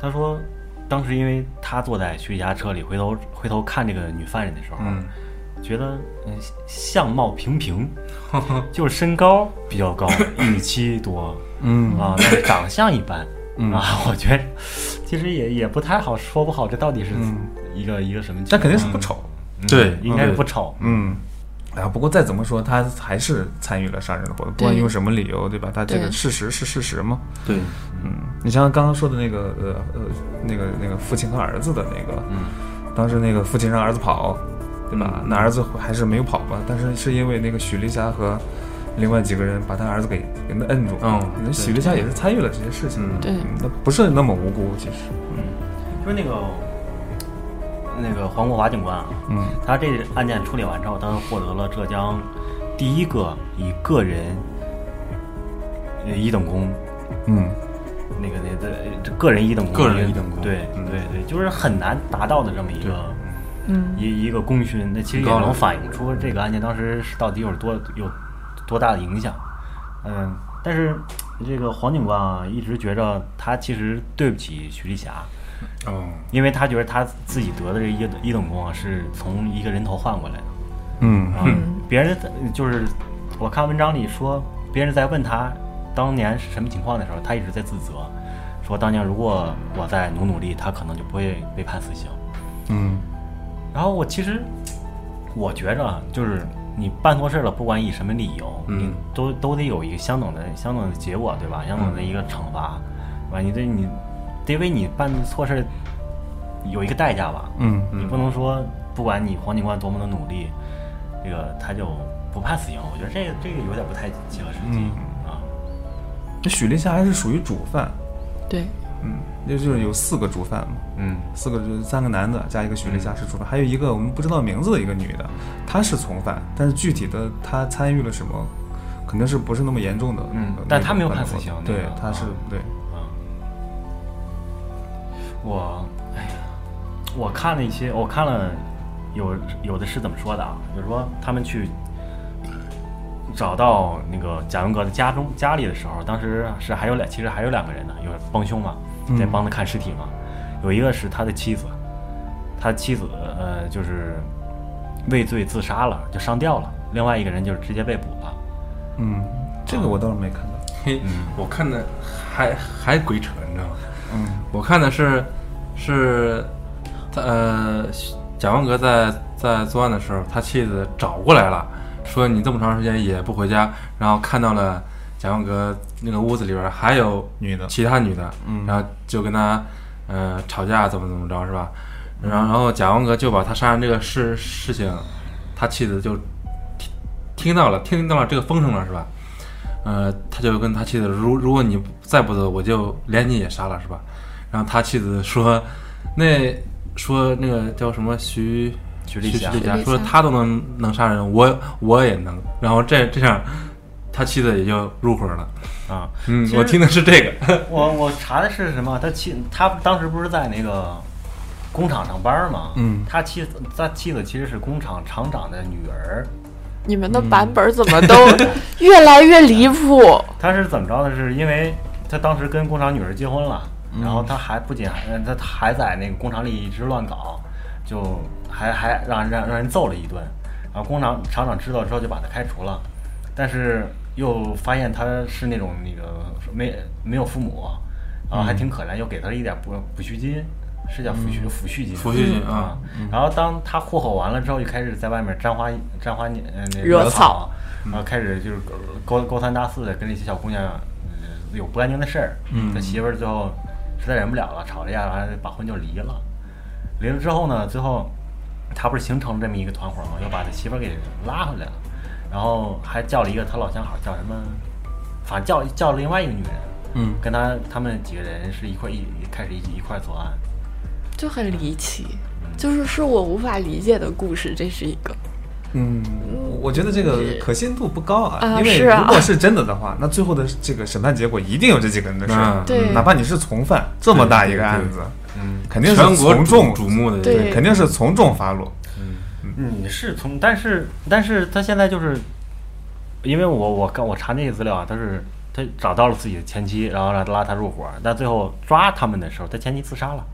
A: 他说当时因为他坐在徐丽霞车里，回头回头看这个女犯人的时候，
C: 嗯
A: 觉得嗯相貌平
B: <laughs>
A: 平，就是身高比较高，一米七多
B: 嗯
A: 啊，但是长相一般
B: 嗯
A: 啊， <laughs> 我觉得其实也也不太好说不好，这到底是
B: 嗯
A: 一个一个什么情况？
B: 但肯定是不丑。
A: 嗯
C: 对
A: 应该是
C: 对
A: 不丑，
B: 嗯。啊，不过再怎么说，他还是参与了杀人的活动，不管
D: 对
B: 用什么理由，对吧？他这个
D: 对
B: 事实是事实嘛。
C: 对，
B: 嗯，你像刚刚说的那个呃呃那个那个父亲和儿子的那个，
A: 嗯，
B: 当时那个父亲让儿子跑，对吧？
C: 嗯
B: 那儿子还是没有跑嘛，但是是因为那个许丽霞和另外几个人把他儿子给给那摁住，
C: 嗯
B: 那
C: 对
B: 许丽霞也是参与了这些事情，
C: 嗯
D: 对
B: 那不是那么无辜，其实，
A: 就是那个那个黄国华警官啊，
B: 嗯
A: 他这个案件处理完之后，他获得了浙江第一个以个人呃一等功
B: 嗯，
A: 那个那个这个人一等功，
C: 个人一等功
A: 对
C: 嗯
A: 对对，就是很难达到的这么一
C: 对
A: 个
D: 嗯
A: 一一个功勋，那其实也
C: 高了
A: 能反映出这个案件当时是到底有多有多大的影响。嗯，但是这个黄警官啊，一直觉着他其实对不起徐丽霞，
C: 哦，
A: 因为他觉得他自己得的这一等一等功啊，是从一个人头换过来的。
B: 嗯
A: 啊，别人在就是我看文章里说，别人在问他当年是什么情况的时候，他一直在自责，说当年如果我再努努力，他可能就不会被判死刑。
B: 嗯
A: 然后我其实我觉着啊就是你办错事了，不管以什么理由，
C: 嗯
A: 你都都得有一个相等的相等的结果，对吧？相等的一个惩罚，对吧？你对你得为你办错事有一个代价吧？
B: 嗯
A: 你不能说不管你黄警官多么的努力，这个他就不判死刑。我觉得这个这个有点不太切合实际、啊。
B: 这许丽霞还是属于主犯，
D: 对
B: 嗯，那就是有四个主犯嘛，
C: 嗯
B: 四个就是三个男的加一个许
A: 嗯
B: 丽霞是主犯，还有一个我们不知道名字的一个女的，她是从犯，但是具体的她参与了什么，肯定是不是那么严重的。
A: 嗯
B: 呃
A: 但
B: 那
A: 她
B: 个
A: 没有
B: 犯
A: 判
B: 罪
A: 死
B: 活
A: 刑
B: 动
A: 那
B: 对
A: 个，
B: 她是
A: 啊
B: 对，
A: 嗯，我哎呀，我看了一些，我看了有有的是怎么说的啊？就是说他们去找到那个贾文革的家中家里的时候，当时是还有两，其实还有两个人呢，有帮凶嘛，在帮他看尸体嘛。有一个是他的妻子，他妻子呃就是畏罪自杀了，就上吊了；另外一个人就是直接被捕了。
B: 嗯，这个我倒是没看到。
C: 嘿，我看的还还鬼扯，你知道吗？
B: 嗯
C: 我看的是是，他呃，贾文革在在作案的时候，他妻子找过来了，说你这么长时间也不回家，然后看到了贾文革那个屋子里边还有
B: 女的
C: 其他女的，
B: 嗯
C: 然后就跟他呃吵架，怎么怎么着是吧？
B: 嗯
C: 然后然后贾文革就把他杀人这个事事情，他妻子就听听到了，听到了这个风声了是吧？呃，他就跟他妻子说，如如果你再不走，我就连你也杀了，是吧？然后他妻子说，那说那个叫什么徐
A: 徐
C: 徐
A: 丽霞
C: 徐丽
D: 徐
C: 霞
D: 丽
C: 说
D: 霞
C: 他都能能杀人，我我也能。然后这这样，他妻子也就入伙了。
A: 啊，
C: 嗯
A: 其，实
C: 我听的是这个。
A: <laughs> 我我查的是什么？他妻他当时不是在那个工厂上班吗？
B: 嗯
A: 他妻子他妻子其实是工厂厂长的女儿。
D: 你们的版本怎么 <laughs> 都越来越离谱？
A: 他是怎么着呢？是因为他当时跟工厂女儿结婚了，
C: 嗯
A: 然后他还不仅还他还在那个工厂里一直乱搞，就还还让人让让人揍了一顿，然后工厂厂长知道之后就把他开除了，但是又发现他是那种那个没没有父母，然后还挺可怜，又给他一点补补恤金，是叫抚恤抚恤金吗，
C: 嗯抚恤金
A: 啊
C: 啊。
A: 然后当他霍霍完了之后，就开始在外面沾花沾花呃那个
D: 惹
A: 草
D: 草，
A: 然后开始就是勾勾三搭四的跟那些小姑娘呃有不干净的事儿。他媳妇儿最后实在忍不了了，吵了架，完了把婚就离了。离了之后呢，最后他不是形成了这么一个团伙嘛，又把他媳妇儿给拉回来了，然后还叫了一个他老相好，叫什么，反正叫叫了另外一个女人，
B: 嗯，
A: 跟他他们几个人是一块一开始一一块作案。
D: 就很离奇，就是是我无法理解的故事，这是一个。
B: 嗯，我觉得这个可信度不高啊，
D: 啊
B: 因为
D: 是啊
B: 如果是真的的话，那最后的这个审判结果一定有这几个人的事儿
C: 嗯，
D: 对
B: 哪怕你是从犯，这么大一个案子，
C: 嗯，
B: <laughs> 肯定是
C: 全国
B: 从众
C: 瞩瞩目的一个。嗯
D: 对
B: 肯定是从重发落。
A: 你是从，但是但是他现在就是，因为我我刚我查那些资料啊，他是他找到了自己的前妻，然后让他拉他入伙，但最后抓他们的时候，他前妻自杀了，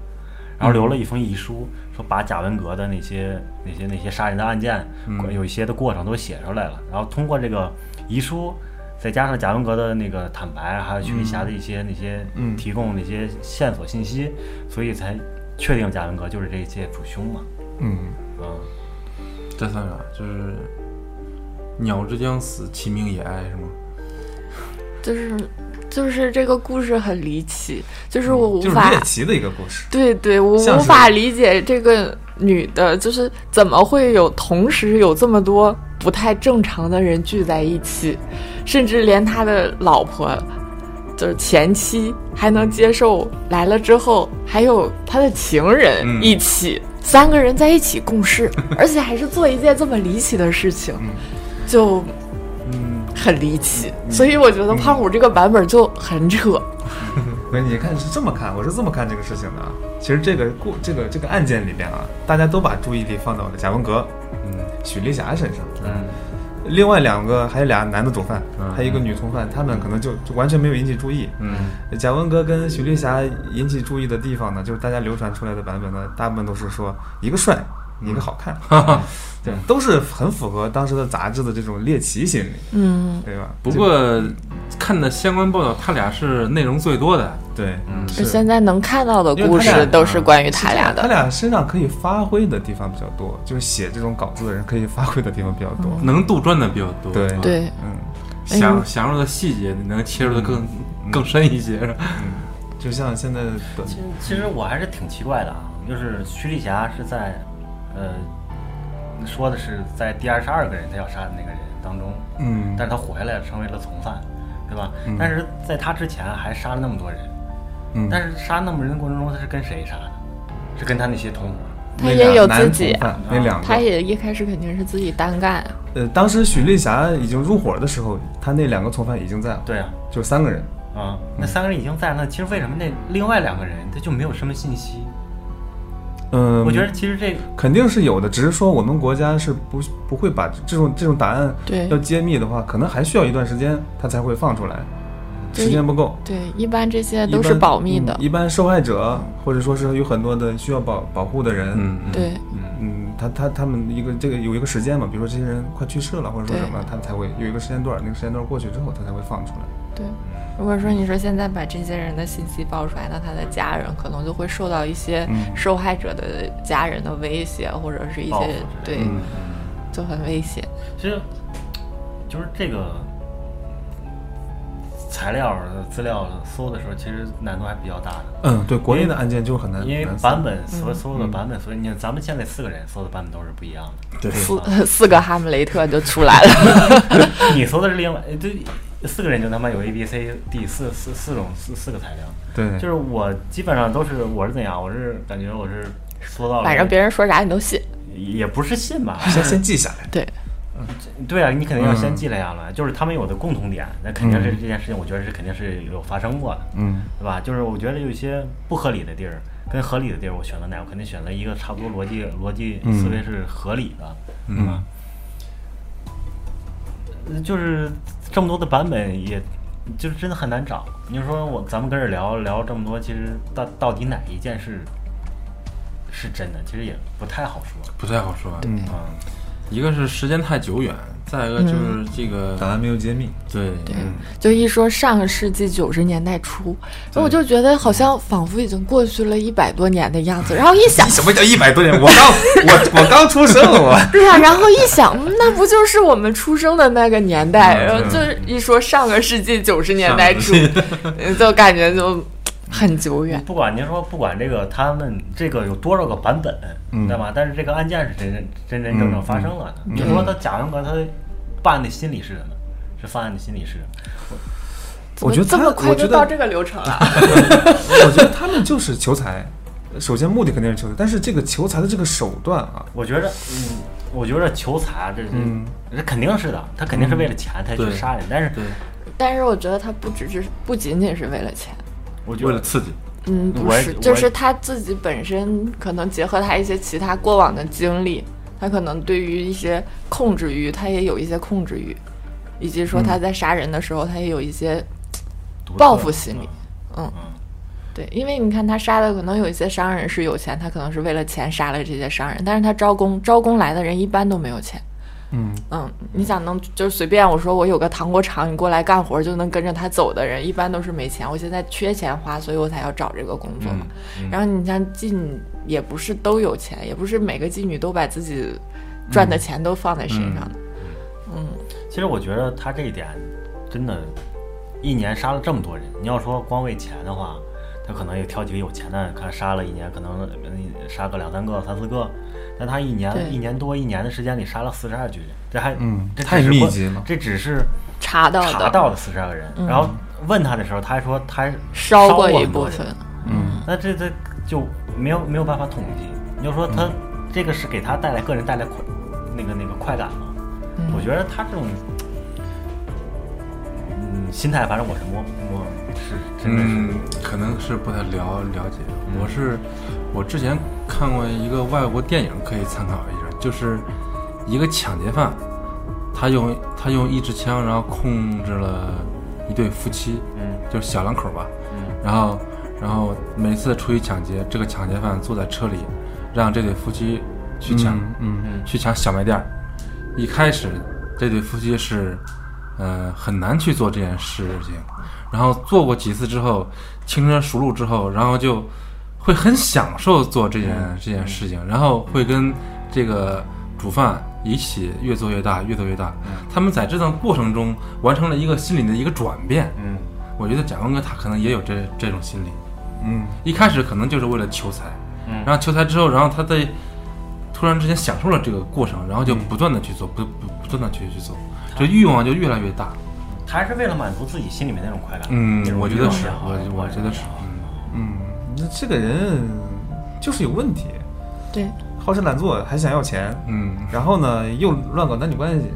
A: 然后留了一封遗书，说把贾文革的那些那些那些杀人的案件，有一些的过程都写出来了，然后通过这个遗书。再加上贾文革的那个坦白，还有徐丽霞的一些那些
B: 嗯
A: 提供那些线索信息，所以才确定贾文革就是这一届主凶嘛。
B: 嗯，
A: 嗯，
C: 这算啥？就是鸟之将死，其鸣也哀，是吗？
D: 就是就是这个故事很离奇，就是我无
B: 就是
D: 法、
B: 猎奇的一个故事。
D: 对对，我
B: 像
D: 无
B: 是
D: 法理解这个女的，就是怎么会有同时有这么多不太正常的人聚在一起，甚至连他的老婆。就是前妻还能接受来了之后，还有他的情人
C: 嗯
D: 一起，三个人在一起共事，而且还是做一件这么离奇的事情，就
B: 嗯，
D: 很离奇。所以我觉得胖虎这个版本就很扯。
B: 所以你看是这么看，我是这么看这个事情的啊。其实这个故这个这个案件里边啊，大家都把注意力放到了贾文革、
C: 嗯
B: 许丽霞身上，
C: 嗯
B: 另外两个还有俩男的主犯，
C: 嗯
B: 还有一个女从犯，他们可能就就完全没有引起注意。
C: 嗯
B: 贾文革跟许丽霞引起注意的地方呢，就是大家流传出来的版本呢，大部分都是说一个帅，
C: 嗯
B: 一个好
C: <laughs>
B: 看，对，都是很符合当时的杂志的这种猎奇心理，
D: 嗯，
B: 对吧？
C: 不过看的相关报道，他俩是内容最多的。
B: 这对，
C: 嗯
B: 是
D: 现在能看到的
B: 因为
D: 故
B: 他俩
D: 事都是关于
B: 是
D: 他
B: 这
D: 俩
B: 样
D: 的
B: 他。俩身上可以发挥的地方比较多，就是写这种稿子的人可以发挥的地方比较多。
D: 嗯
C: 能杜撰的比较多，
B: 对
D: 对，
B: 嗯，
C: 想想入的细节，你能切入的更更深一些，是吧？
B: 嗯就像现在的
A: 其实其实我还是挺奇怪的啊，就是徐丽霞是在，呃，说的是在第二十二个人他要杀的那个人当中，
B: 嗯
A: 但是他活下来了，成为了从犯，对吧？但是在他之前还杀了那么多人，
B: 嗯，
A: 但是杀那么多人的过程中，他是跟谁杀的？是跟他那些同伙。
D: 他
B: 那
D: 也
B: 俩
D: 有
B: 男
D: 自
B: 同
D: 己啊，
B: 犯那两个，
D: 他也一开始肯定是自己单干啊。
B: 呃，当时许丽霞已经入伙的时候，他那两个从犯已经在了，，
A: 对啊，
B: 就三个人，
A: 啊、那三个人已经在那，其实为什么那另外两个人他就没有什么信息？
B: 嗯，
A: 我觉得其实这个
B: 肯定是有的，只是说我们国家是不不会把这种这种答案
D: 对
B: 要揭秘的话，可能还需要一段时间，他才会放出来，
D: 对
B: 时间不够。
D: 对，一般这些
B: 一
D: 都是
B: 般
D: 保密的
B: 嗯。一般受害者或者说是有很多的需要保保护的人，
C: 嗯，嗯，
D: 对，
B: 嗯，他他他们一个这个有一个时间嘛，比如说这些人快去世了或者说
D: 对
B: 什么，他才会有一个时间段，那个时间段过去之后，他才会放出来。
D: 对。如果说你说现在把这些人的信息爆出来，那他的家人可能就会受到一些
B: 嗯
D: 受害者的家人的威胁，或者是一
A: 报复
D: 些
A: 之
D: 对
A: 类，
B: 嗯
D: 就很危险。
A: 其实就是这个材料资料搜的时候，其实难度还比较大的，
B: 嗯，对，国内的案件就很难，
A: 因为
B: 难搜
A: 版本所所有的版本，所以你看咱们现在四个人搜的版本都是不一样的。
C: 对
D: 四 <laughs> 四个哈姆雷特就出来
B: <laughs>
D: 了。
A: 你搜的是另外，呃对，四个人就他妈有 A B C D 四四四种四四个材料，
B: 对，
A: 就是我基本上都是我是怎样，我是感觉我是搜到了，
B: 哦
D: 反正别人说啥你都信。
A: 也不是信吧，
B: <laughs> 先先记下来。
D: 对，
A: 对啊，你肯定要
B: 嗯
A: 先记录下来，就是他们有的共同点，那肯定是这件事情，我觉得是肯定是有发生过的，
B: 嗯，
A: 对吧？就是我觉得有一些不合理的地儿跟合理的地儿，我选择哪，我肯定选择一个差不多逻辑逻辑思维是合理的，
B: 嗯
C: 嗯
A: 对吧？呃就是这么多的版本也，就是真的很难找。你说我咱们跟这儿聊聊这么多，其实到到底哪一件是是真的，其实也不太好说。
C: 不太好说。啊
B: 嗯，
A: 嗯，
C: 一个是时间太久远，再一个就是这个
B: 档案没有揭 <laughs> 秘，，
C: 对嗯
D: 对，就一说上个世纪九十年代初，所以我就觉得好像仿佛已经过去了一百多年的样子。然后一想
B: 什么叫一百多年？我 <laughs> 刚我我刚出 <laughs> 生，我
D: 对呀、 <laughs> 然后一想，嗯那不就是我们出生的那个年代？
B: 嗯
D: 然后就一说上个世纪九十年代初
B: 上，
D: <laughs> 就感觉就很久远。
A: 不管您说不管这个他们这个有多少个版本，对吧？但是这个案件是真真真真正正发生了的。你说他贾文革他办案的心理是什么？是犯案的心理是什么？
B: 我觉得
D: 怎
B: 他
D: 么这么
B: 我
D: 快
B: 觉
D: 就
B: 得
D: 到这个流程了？ <laughs>
B: 我觉得他们就是求财，首先目的肯定是求财，但是这个求财的这个手段啊，
A: 我觉得，嗯，我觉得求财啊这是、
B: 嗯
A: 这肯定是的，他肯定是为了钱才去
C: 对
A: 杀人。但是
C: 对，
D: 但是我觉得他不只是不仅仅是为了钱。
A: 我觉
C: 为
A: 得
C: 了刺激，
D: 嗯，不
A: 我也
D: 是，
A: 我
D: 就
A: 也
D: 是他自己本身可能结合他一些其他过往的经历，他可能对于一些控制欲，他也有一些控制欲，以及说
A: 嗯
D: 他在杀人的时候，他也有一些
A: 独特
D: 报复心理。嗯
A: 嗯，
D: 对，因为你看他杀的可能有一些商人是有钱，他可能是为了钱杀了这些商人，但是他招工招工来的人一般都没有钱。
B: 嗯，
D: 嗯，你想能就是随便我说我有个糖果厂，你过来干活就能跟着他走的人，一般都是没钱。我现在缺钱花，所以我才要找这个工作嘛。
A: 嗯
D: 然后你像妓女也不是都有钱，也不是每个妓女都把自己赚的
A: 嗯
D: 钱都放在身上的。
A: 其实我觉得他这一点真的，一年杀了这么多人，你要说光为钱的话，他可能也挑几个有钱的，看杀了一年，可能嗯杀个两三个、三四个，但他一年
D: 对
A: 一年多一年的时间里杀了四十二具人，这还
B: 嗯
A: 这只
B: 太
A: 是
B: 密
A: 关
B: 集了嗯
A: 这只是
D: 查到的，
A: 查到的四十二个人，然后问他的时候，他还说他还
D: 烧
A: 过
D: 过一
A: 很多
D: 部
A: 人
D: 分，
A: 那这这就没有没有办法统计。你就说他、
C: 嗯
A: 这个是给他带来个人带来快那个那个快感吗？我觉得他这种嗯心态，反正我是摸摸是真的
C: 嗯
A: 是，
C: 可能是不太了了解。我是我之前看过一个外国电影，可以参考一下，就是一个抢劫犯，他用他用一支枪，然后控制了一对夫妻，
A: 嗯
C: 就是小两口吧，
A: 嗯
C: 然后然后每次出去抢劫，这个抢劫犯坐在车里，让这对夫妻去抢。
B: 嗯
A: 嗯
C: 去抢小卖店儿。一开始，这对夫妻是，呃，很难去做这件事情。然后做过几次之后，轻车熟路之后，然后就会很享受做这件、这件事情，然后会跟这个主犯一起越做越大，越做越大。他们在这段过程中完成了一个心理的一个转变。
A: 嗯，
C: 我觉得贾光哥他可能也有这这种心理，
B: 嗯
C: 一开始可能就是为了求财，
A: 嗯
C: 然后求财之后，然后他在突然之间享受了这个过程，然后就
A: 嗯
C: 不断的去做，不不不断的去去做，这欲望就越来越大。
A: 他还是为了满足自己心里面那种快感。
C: 嗯
A: 那，种
C: 我觉
A: 欲
C: 得
A: 望
C: 是
A: 也，好
C: 我我觉得是，嗯，
B: 嗯，那这个人就是有问题，
D: 对，
B: 好吃懒做，还想要钱，
C: 嗯，
B: 然后呢又乱搞男女关系，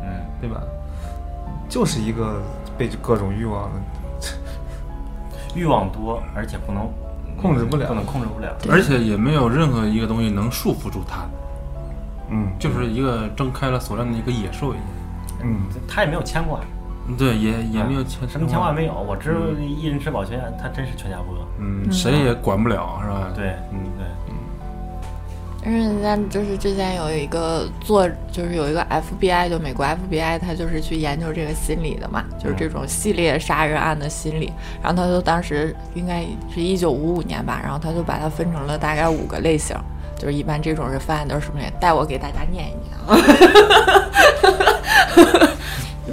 A: 嗯，
B: 对吧？就是一个被各种欲望
A: 欲望多，而且不能
B: 控制不了
A: 不能控制不了。
D: 对
C: 而且也没有任何一个东西能束缚住他，
B: 嗯
C: 就是一个睁开了锁链的一个野兽一样。
B: 嗯
A: 他也没有牵挂，
C: 对，也也没有牵
A: 什么牵挂没有。我知道一人吃饱全家，他真是全家不饿。
C: 嗯，谁也管不了，是吧？
A: 对，
C: 嗯
A: 对，
D: 因为人家就是之前有一个做，就是有一个 FBI，就美国 FBI，他就是去研究这个心理的嘛，就是这种系列杀人案的心理。然后他就当时应该是一九五五年吧，然后他就把它分成了大概五个类型，就是一般这种人犯案都是什么类？带我给大家念一念啊。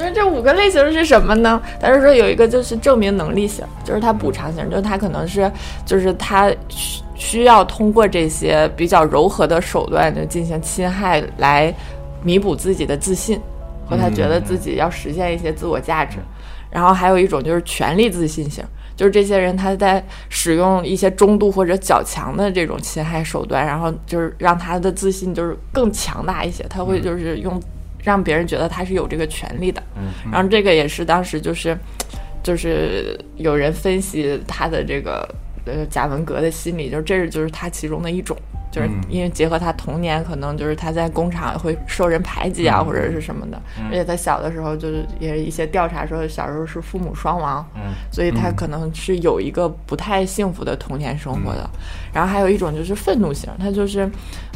D: 那这五个类型是什么呢？他是说有一个就是证明能力型，就是他补偿型，就是他可能是就是他需需要通过这些比较柔和的手段就进行侵害来弥补自己的自信，和他觉得自己要实现一些自我价值。然后还有一种就是权力自信型，就是这些人他在使用一些中度或者较强的这种侵害手段，然后就是让他的自信就是更强大一些，他会就是用让别人觉得他是有这个权利的。
A: 嗯
D: 然后这个也是当时就是就是有人分析他的这个呃贾文革的心理，就是这是就是他其中的一种。就是
A: 嗯
D: 因为结合他童年，可能就是他在工厂会受人排挤
A: 嗯
D: 啊，或者是什么的。而且他小的时候，就是也是一些调查说，小时候是父母双亡，
A: 嗯
D: 所以他可能是有一个不太幸福的童年生活的。
A: 嗯
D: 然后还有一种就是愤怒型，他就是，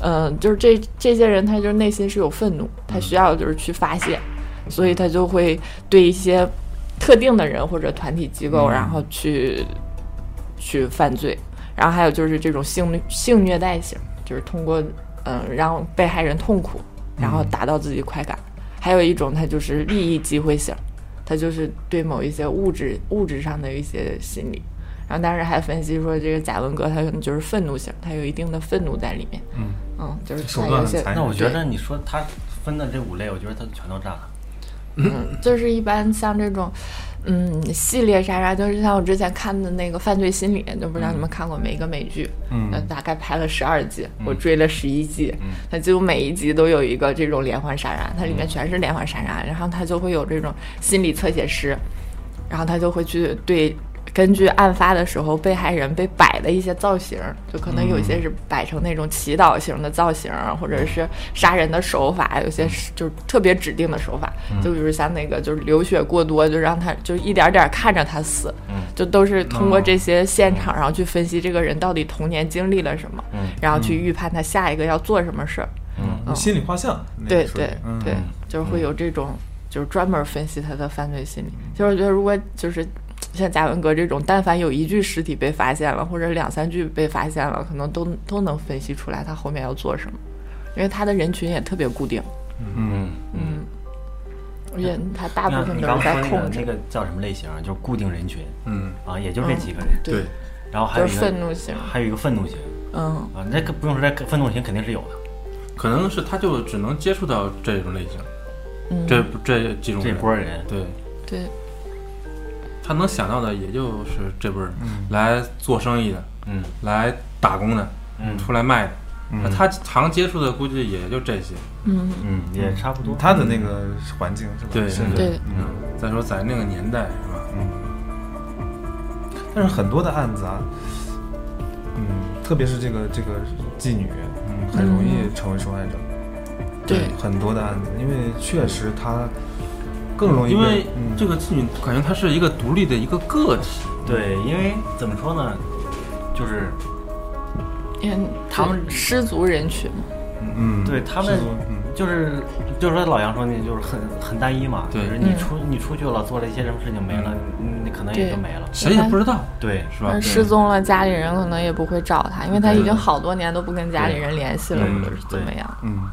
D: 嗯、就是这这些人，他就是内心是有愤怒，他需要就是去发泄，所以他就会对一些特定的人或者团体机构，然后去去犯罪。然后还有就是这种性虐性虐待型，就是通过嗯让被害人痛苦，然后达到自己快感。还有一种，它就是利益机会型，它就是对某一些物质物质上的一些心理。然后当时还分析说，这个贾文革他可能就是愤怒型，他有一定的愤怒在里面。嗯就是
B: 手
D: 他
B: 段
D: 有
B: 很
D: 些
B: 残忍
A: 那我觉得你说他分的这五类，我觉得他全都占了。
D: 就是一般像这种，嗯，系列杀杀，就是像我之前看的那个《犯罪心理》，就不知道你们看过没？一个美剧，嗯，大概拍了十二季，我追了十一季，它几乎每一集都有一个这种连环杀人，它里面全是连环杀人，然后它就会有这种心理侧写师，然后他就会去对。根据案发的时候被害人被摆的一些造型，就可能有些是摆成那种祈祷型的造型，啊或者是杀人的手法，有些是就是特别指定的手法，就比如像那个就是流血过多，就让他就一点点看着他死，就都是通过这些现场，然后去分析这个人到底童年经历了什么，然后去预判他下一个要做什么事儿。嗯
B: 心理画像，那个
D: 对
B: 属于
D: 对
B: 嗯
D: 对，就是会有这种，就是专门分析他的犯罪心理。其实我觉得，如果就是像贾文革这种，但凡有一具尸体被发现了，或者两三具被发现了，可能都都能分析出来他后面要做什么，因为他的人群也特别固定，
A: 嗯，
D: 而且他大部
A: 像
D: 分
A: 你
D: 都
A: 刚
D: 是在
A: 说那
D: 控
A: 个
D: 制
A: 那。个叫什么类型啊？就是固定人群
C: 嗯，
A: 啊，也就这几个人。
D: 对，
A: 然后还有一
D: 就
A: 个
D: 是愤怒型
A: 还有一个愤怒型
D: 嗯，
A: 啊，那个不用说，这个愤怒型肯定是有的，
C: 可能是他就只能接触到这种类型，这这几种
A: 这
C: 人
A: 波人。
C: 对
D: 嗯对，
C: 他能想到的也就是这波人，来做生意的，
A: 嗯
C: 来打工的，
A: 嗯
C: 出来卖的，那他常接触的估计也就这些。
D: 嗯，
A: 嗯，也差不多。
B: 他的那个环境是吧？
C: 对
B: 是
D: 对，
C: 嗯，再说咱那个年代是吧？
B: 但是很多的案子啊，嗯，特别是这个这个妓女，嗯，很容易成为受害者。
D: 对
B: 很多的案子，因为确实她更容易被，
C: 因为
B: 嗯
C: 这个妓女感觉她是一个独立的一个个体，
A: 对，因为怎么说呢，就是
D: 因为
A: 他们
D: 失足人群嘛，
B: 嗯，
A: 对他们
B: 是说嗯
A: 就是就是说老杨说那就是很很单一嘛，就
C: 对
D: 嗯
A: 是你出你出去了，做了一些什么事情没了，你你可能也就
D: 对嗯
A: 没了。
C: 谁也不知道，
A: 啊对，嗯
C: 是吧？
D: 呃失踪了，家里人可能也不会找他，因为他已经好多年都不跟家里人联系了，
A: 对
D: 或者是怎么样。
B: 嗯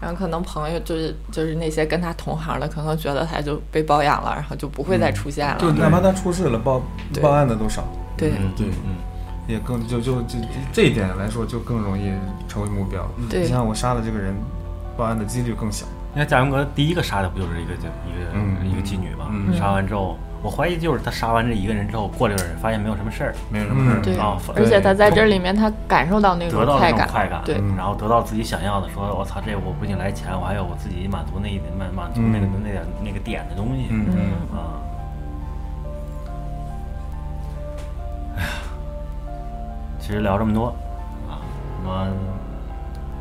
D: 然后可能朋友就是就是那些跟他同行的，可能觉得他就被包养了，然后就不会
A: 嗯
D: 再出现了。
B: 就哪怕她出事了，报
D: 对
B: 报案的都少，
D: 对
A: 嗯
C: 对
A: 嗯，
B: 也更就就就这一点来说，就更容易成为目标。嗯
D: 对
B: 你像我杀了这个人，报案的几率更小。
A: 你看贾文革第一个杀的不就是一个一个、
B: 嗯
A: 一个妓女吗？
C: 嗯
A: 杀完之后，我怀疑就是他杀完这一个人之后，过了一会儿发现没有什么事儿，
C: 没有什么事儿。
D: 对
A: 啊，
D: 而且他在这里面，他感受到那种
A: 得到那种
D: 感，
A: 快感，嗯
D: 嗯对，
A: 然后得到自己想要的，说我操，这我不仅来钱，我还有我自己满足那一点满满足那个、
B: 嗯
A: 那点那个点的东西，
C: 嗯嗯，
A: 啊，哎呀，其实聊这么多啊，什么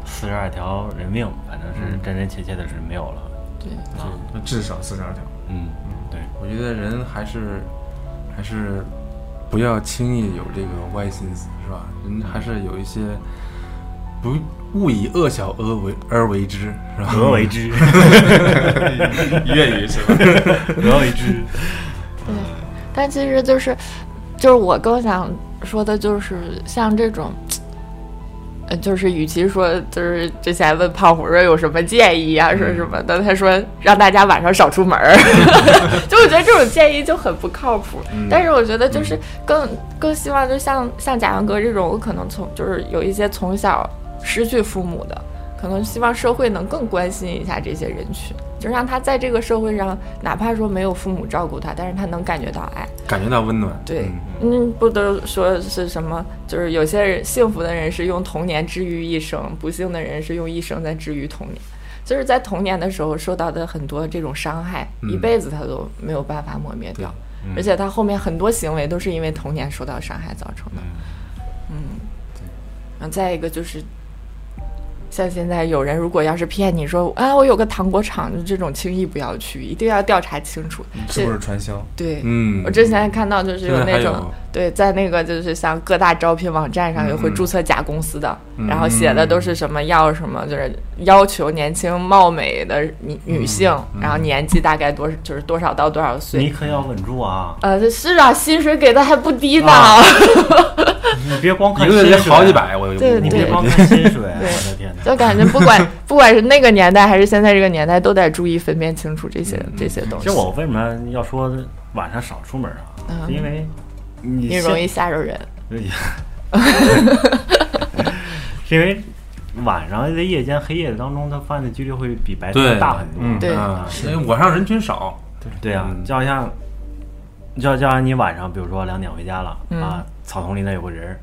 A: 四十二条人命，反正是真真切切的是没有了。
D: 对，
A: 啊，
B: 至少四十二条。
A: 嗯，对，
C: 我觉得人还是还是不要轻易有这个歪心思，是吧？人还是有一些不勿以恶小而为而为之，是吧？ <laughs>
A: 俄为之，
B: 粤
A: <laughs>
B: 语是吧？
A: 俄为之，
D: 嗯但其实就是，就是我更想说的就是，像这种，呃，就是与其说就是之前问胖虎说有什么建议啊，说什么的，他说让大家晚上少出门儿， <laughs> 就我觉得这种建议就很不靠谱。但是我觉得就是更更希望，就像像贾文革这种，我可能从就是有一些从小失去父母的。可能希望社会能更关心一下这些人群，就让他在这个社会上，哪怕说没有父母照顾他，但是他能感觉到爱。
C: 感觉到温暖。
D: 对，嗯，不都说是什么？就是有些人幸福的人是用童年治愈一生，不幸的人是用一生在治愈童年。就是在童年的时候受到的很多这种伤害，
C: 嗯
D: 一辈子他都没有办法磨灭掉，而且他后面很多行为都是因为童年受到伤害造成的。嗯，然后再一个就是，像现在有人如果要是骗你说啊，我有个糖果厂，就这种轻易不要去，一定要调查清楚。
B: <laughs> 是不
D: 这
B: 是传销？
D: 对，
C: 嗯，
D: 我之前看到就是有
C: 现在还
D: 那种
C: 有
D: 对，在那个就是像各大招聘网站
A: 嗯
D: 上也会注册假公司的，然后写的都是什么要什么，就是要求年轻貌美的女
A: 嗯
D: 女性，然后年纪大概多就是多少到多少
A: 你
D: 岁。
A: 可要稳住啊！
D: 呃，是啊，薪水给的还不低呢。
A: 啊你别光看
C: 一个
A: 薪
C: 月
A: 水，
C: 得好几，百，我
D: 对
A: 你
C: 我
A: 别光看薪水，啊我的天哪！
D: <laughs> 就感觉不
A: <laughs>
D: 管不管是那个年代还是现在这个年代，都得注意分辨清楚这
A: 嗯
D: 些这些东
A: 其
D: 西
A: 实，我为什么要说晚上少出门啊？
D: 嗯
A: 是因为你
D: 你
A: 现
D: 容易吓着人。
A: 是因为晚上在夜间黑夜当中，他犯的几率会比白
C: 对
A: 天大很多。
B: 嗯
D: 对
C: 啊，因为我上人群少，
A: 对啊，
C: 嗯
A: 就好像，就就好像你晚上，比如说两点回家了、
D: 嗯
A: 啊，草丛里那有个人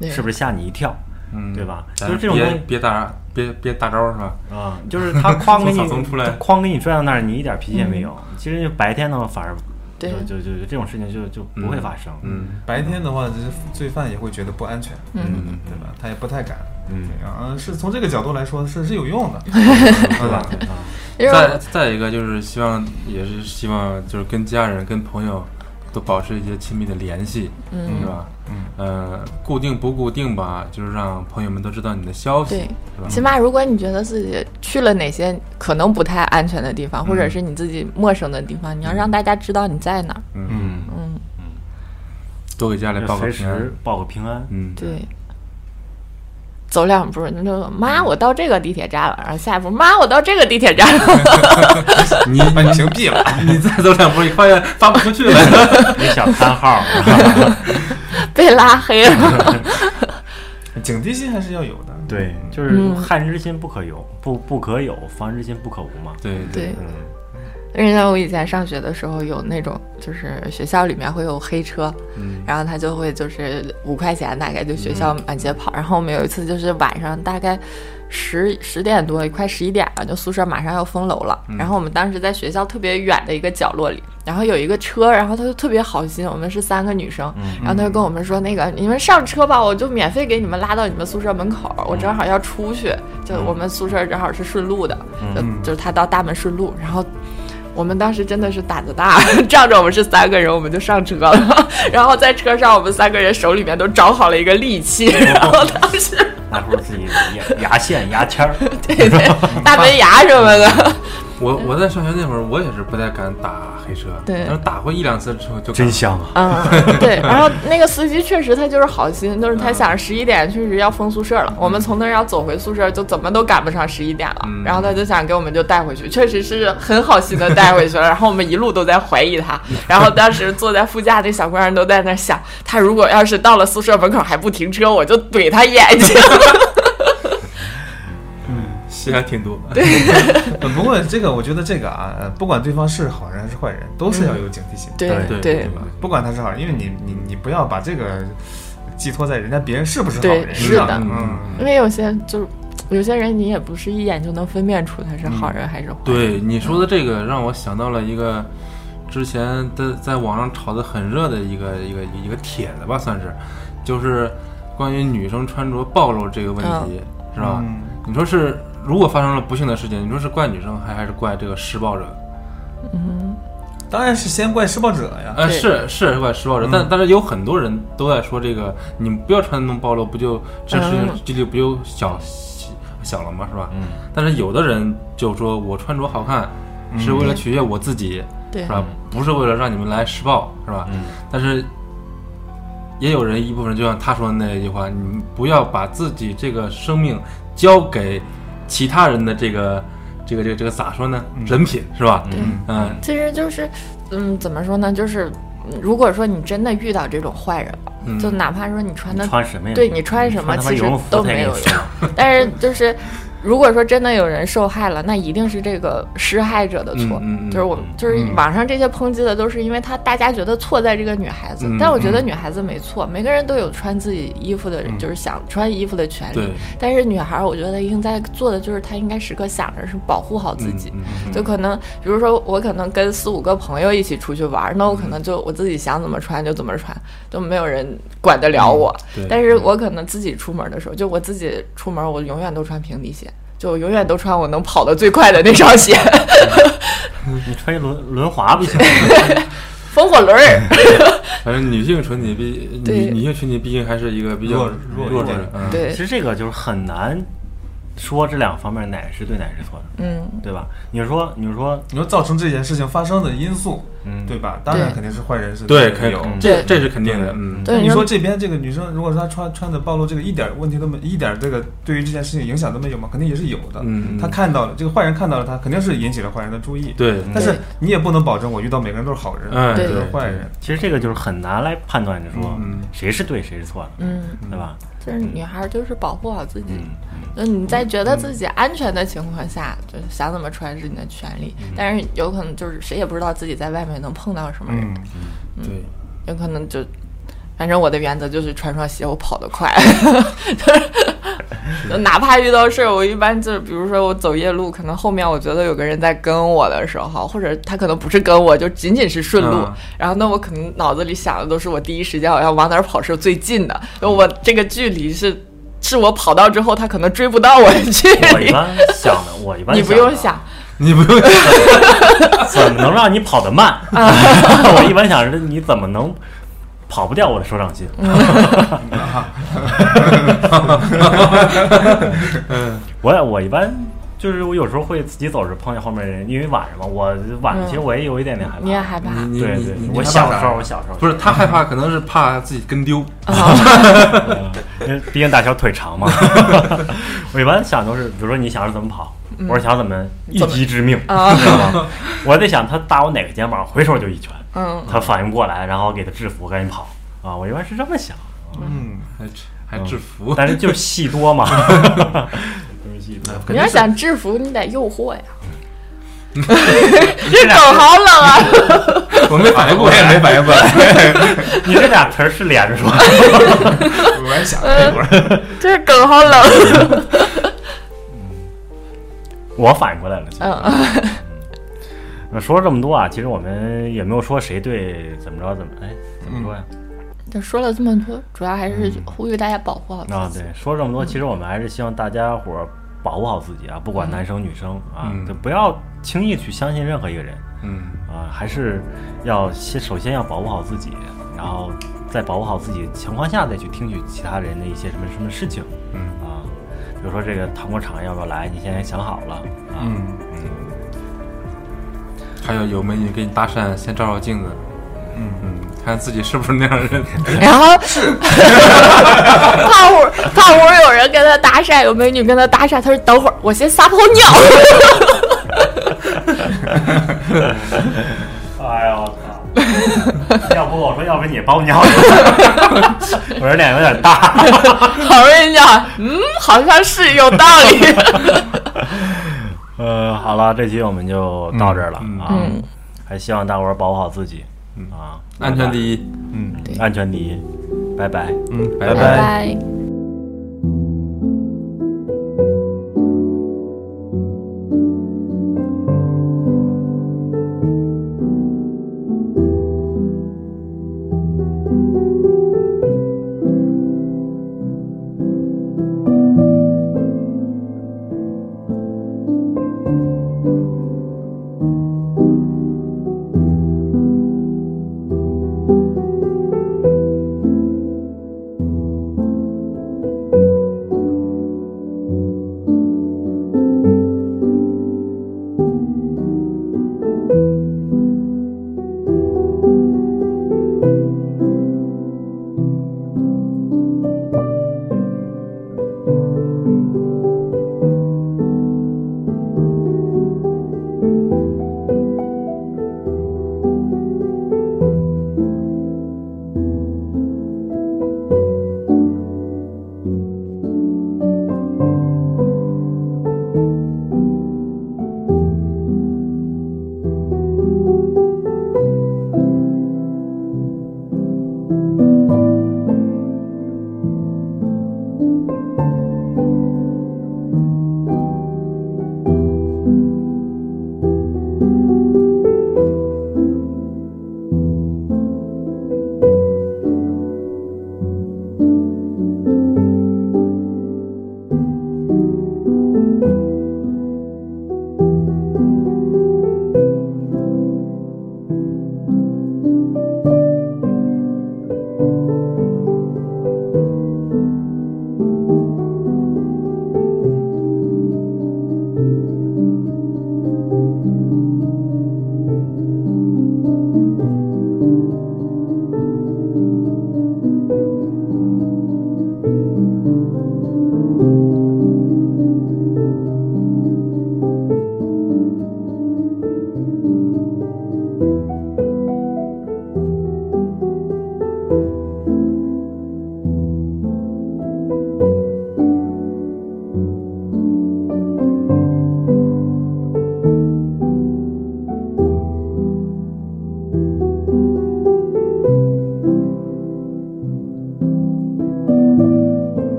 D: 对
A: 儿，是不是吓你一跳
C: 嗯，
A: 对吧
C: 咱
A: 就是这种
C: 别
A: 东西
C: 别大别别大招是吧？
A: 啊？就是他哐给你
C: 从草丛出来嗯
A: 哐给你拽到那儿，你一点脾气也没有。其实就白天呢，反而就
D: 对
A: 就就就这种事情就就不会发生。
C: 嗯，
B: 白天的话，就是罪犯也会觉得不安全，
D: 嗯，
B: 对吧？他也不太敢。
A: 嗯
B: 对啊，是从这个角度来说是是有用的，
A: 对
B: 对
A: 吧？
C: 嗯 <laughs>
A: 啊，
D: 因为
C: 再再一个就是希望也是希望就是跟家人跟朋友都保持一些亲密的联系，
D: 嗯
C: 是吧？
B: 嗯，
C: 呃，固定不固定吧，就是让朋友们都知道你的消息，
D: 对
C: 是吧？
D: 起码如果你觉得自己去了哪些可能不太安全的地方，或者是你自己陌生的地方，你要让大家知道你在哪儿。
C: 嗯，
D: 嗯，
C: 多给家里
A: 就
C: 报个
A: 随
C: 平安
A: 时。报个平安。
C: 嗯，
D: 对。走两步，你就妈，我到这个地铁站了，然后下一步，妈，我到这个地铁站了。 <laughs>
C: 你
B: 把你屏哎蔽了。
C: <laughs> 你再走两步，你发现发不出去了。 <laughs>
A: 你想看号，
D: 被拉黑了。
B: 警惕心还是要有的。
A: 对，
C: 嗯
A: 就是害人之心不可有，不不可有，防人之心不可无嘛。
C: 对
D: 对，
A: 嗯，
D: 因为像我以前上学的时候，有那种就是学校里面会有黑车，
C: 嗯
D: 然后他就会就是五块钱大概就学校满街跑。然后我们有一次就是晚上大概十十点多，快十一点了，就宿舍马上要封楼了。然后我们当时在学校特别远的一个角落里，然后有一个车，然后他就特别好心，我们是三个女生，然后他就跟我们说那个你们上车吧，我就免费给你们拉到你们宿舍门口，我正好要出去，就我们宿舍正好是顺路的，就就是他到大门顺路，然后。我们当时真的是胆子大， <laughs> 仗着我们是三个人，我们就上车了。 <laughs> 然后在车上，我们三个人手里面都找好了一个利器，然后当时
A: 拿出自己的牙牙线、牙签儿，
D: 对对大门牙什么的，
C: 我我在上学那会儿，我也是不太敢打黑车，
D: 对
C: 但是打过一两次之后就敢
A: 真香啊！
D: 嗯，对。然后那个司机确实他就是好心，就是他想十一点确实要封宿舍了，我们从那儿要走回宿舍就怎么都赶不上十一点了。然后他就想给我们就带回去，确实是很好心的带回去了。然后我们一路都在怀疑他，然后当时坐在副驾那小姑娘都在那儿想，他如果要是到了宿舍门口还不停车，我就怼他眼睛。 <laughs>
C: 心还挺多。 <laughs>
B: 呃不过这个，我觉得这个啊，呃不管对方是好人还是坏人，都是
D: 嗯
B: 要有警惕心。
D: 对
A: 对
D: 对
C: 吧？
B: 不管他是好人，因为你你你不要把这个寄托在人家别人是不是好
D: 对
B: 人
D: 是的
B: 上
C: 嗯
B: 嗯，
D: 因为有些就是有些人，你也不是一眼就能分辨出他是好人还是坏人。
C: 对你说的这个，让我想到了一个之前在在网上炒得很热的一个一个一个帖子吧，算是，就是关于女生穿着暴露这个问题，是吧？
B: 嗯
C: 你说是如果发生了不幸的事情，你说是怪女生还还是怪这个施暴者？
D: 嗯
B: 当然是先怪施暴者呀。
C: 呃，
D: 对嗯
C: 是是怪施暴者，但但是有很多人都在说这个，你们不要穿那么暴露，不就这事情
D: 嗯
C: 几率不就小小小了吗？是吧？嗯。但是有的人就说我穿着好看，是为了取悦我自己，
D: 嗯对
C: 是吧？不是为了让你们来施暴，是吧？
A: 嗯
C: 但是也有人一部分人就像他说的那一句话，你不要把自己这个生命交给其他人的这个这个这个这个咋说呢？人品是吧？
A: 嗯
C: 嗯，
D: 其实就是，嗯，怎么说呢？就是嗯如果说你真的遇到这种坏人了，
C: 嗯
D: 就哪怕说你穿
A: 嗯
D: 的
A: 你穿什么呀？
D: 对你穿什么
A: 穿他妈
D: 其实
A: 羽绒服
D: 都
A: 才
D: 没
A: 给
D: 有
A: 你
D: 用
A: 穿，
D: 但是就是。如果说真的有人受害了，那一定是这个施害者的错。
C: 嗯嗯嗯
D: 就是我们，就是
C: 嗯
D: 网上这些抨击的都是因为他大家觉得错在这个女孩子，
C: 嗯
D: 但我觉得
C: 嗯
D: 女孩子没错，每个人都有穿自己衣服的，
C: 嗯
D: 就是想穿衣服的权利
C: 对。
D: 但是女孩，我觉得应该做的就是她应该时刻想着是保护好自己。
C: 嗯嗯嗯
D: 就可能，比如说我可能跟四五个朋友一起出去玩儿，那我
A: 嗯
D: 可能就我自己想怎么穿就怎么穿，都没有人管得了我。
C: 嗯对
D: 但是我可能自己出门的时候，就我自己出门，我永远都穿平底鞋，就我永远都穿我能跑得最快的那双鞋，
C: <laughs>
A: 你吹轮轮滑不行，
D: 风火轮儿。
A: <laughs>
C: 反正女性群体毕
D: 对
C: 女女性群体毕竟还是一个比较
B: 弱
C: 弱
B: 弱
C: 的
B: 弱
C: 人，嗯，
D: 对
A: 其，实这个就是很难说这两方面哪是对哪是错的，
D: 嗯，
A: 对吧？你说你说
B: 你说造成这件事情发生的因素，
A: 嗯
B: 对吧？当然
D: 对
B: 肯定是坏人是
C: 对，
B: 肯
C: 肯嗯
B: 定有。
C: 这
D: 对
C: 这是肯定的，嗯，
D: 对，
B: 你
D: 说
B: 说这边这个女生，如果说她穿穿的暴露这个一点问题都没，一点这个对于这件事情影响都没有吗？肯定也是有的。
C: 嗯嗯
B: 她看到了这个坏人看到了她，肯定是引起了坏人的注意。，
C: 对，
B: 但是你也不能保证我遇到每个人都是好人，
C: 嗯
B: 都是
D: 对
B: 坏人。
A: 其实这个就是很难来判断，你说
C: 嗯
A: 谁是对谁是错的，
D: 嗯，
A: 对吧？
D: 就是女孩儿就是保护好自己。
A: 嗯，嗯
D: 就你在觉得自己安全的情况下，就想怎么穿是你的权利，
A: 嗯
D: 但是有可能就是谁也不知道自己在外面能碰到什么人，
B: 嗯，
C: 对， <laughs>
D: 有可能就，反正我的原则就是穿双鞋，我跑得快，就哪怕遇到事儿，我一般就比如说我走夜路，可能后面我觉得有个人在跟我的时候，或者他可能不是跟我，就仅仅是顺路，
C: 嗯
D: 然后那我可能脑子里想的都是我第一时间我要往哪儿跑是最近的，就我这个距离是。是我跑到之后，他可能追不到我的距
A: 嗯我一
D: 离。
A: 般想的， <laughs> 我一般
D: <laughs> 你不
A: 的
D: 用想，
C: 你不用
A: 怎么能让你跑得
D: <laughs>
A: 慢？ <laughs> 我一般想着你怎么能跑不掉我的手掌心？
D: 嗯
A: <laughs> 我我一般就是我有时候会自己走着碰见后面人，因为晚上嘛，我晚上其实我也有一点点害怕。
D: 嗯你也害怕
C: 你
A: 对
C: 你
A: 对
C: 你，
A: 我
B: 害怕
A: 小
B: 啥
A: 时候我小时候
C: 不是他害怕，可能是怕自己跟丢，
D: 啊？
A: <laughs> 因为毕竟大小腿长嘛。我一般想都是，比如说你想着怎么跑，我是想怎么一击致命，知道
D: 啊
A: 吗？我在想他打我哪个肩膀，回手就一拳，
D: 嗯，
A: 他反应不过来，然后给他制服，赶紧跑啊！我一般是这么想，
B: 嗯，
C: 还还制服，
A: 但
C: <laughs>
A: 是就是戏多嘛，就是戏多。
D: 你要想制服，你得诱惑呀。
A: 这
D: <laughs> 这
A: 俩
D: 狗好冷啊！
C: 我没反应过来，我也没反应过来，
A: 你这俩词儿是连着说，
B: 我还想了一会儿，
D: <laughs> 这梗好冷。
A: 我反应过来了。其实
D: 嗯，
A: 那说了这么多啊，其实我们也没有说谁对怎么着怎么哎怎么说呀？
D: 就说了这么多，主要还是呼吁大家保护好自己。
A: 嗯啊，对，说了这么多，其实我们还是希望大家伙儿保护好自己啊，不管男生女生啊，
C: 嗯
A: 就不要轻易去相信任何一个人
C: <laughs> 嗯，
A: 啊，还是要先首先要保护好自己，然后在保护好自己的情况下再去听取其他人的一些什么什么事情，
C: 嗯
A: 啊，比如说这个糖果厂要不要来，你先想好了啊，
B: 嗯
C: 还有有美女给你搭讪，先照照镜子，嗯嗯，看自己是不是那样的人，
D: 然后 <laughs> 是胖虎，胖虎有人跟他搭讪，有美女跟他搭讪，他说等会儿我先撒泡
A: <laughs>
D: 尿。
A: 哎呀，我操！ <laughs> 要不我说，要不你帮我尿 <laughs> 尿，我这脸有点大。
D: 好人家，嗯，好像是有道理。
A: 呃，好了，这期我们就到这儿了、啊，
D: 嗯
A: 还希望大伙儿保护好自己、啊，
C: 安全第一，
B: 嗯，
A: 一，安全第一，拜拜。
B: 嗯，
C: 拜
D: 拜。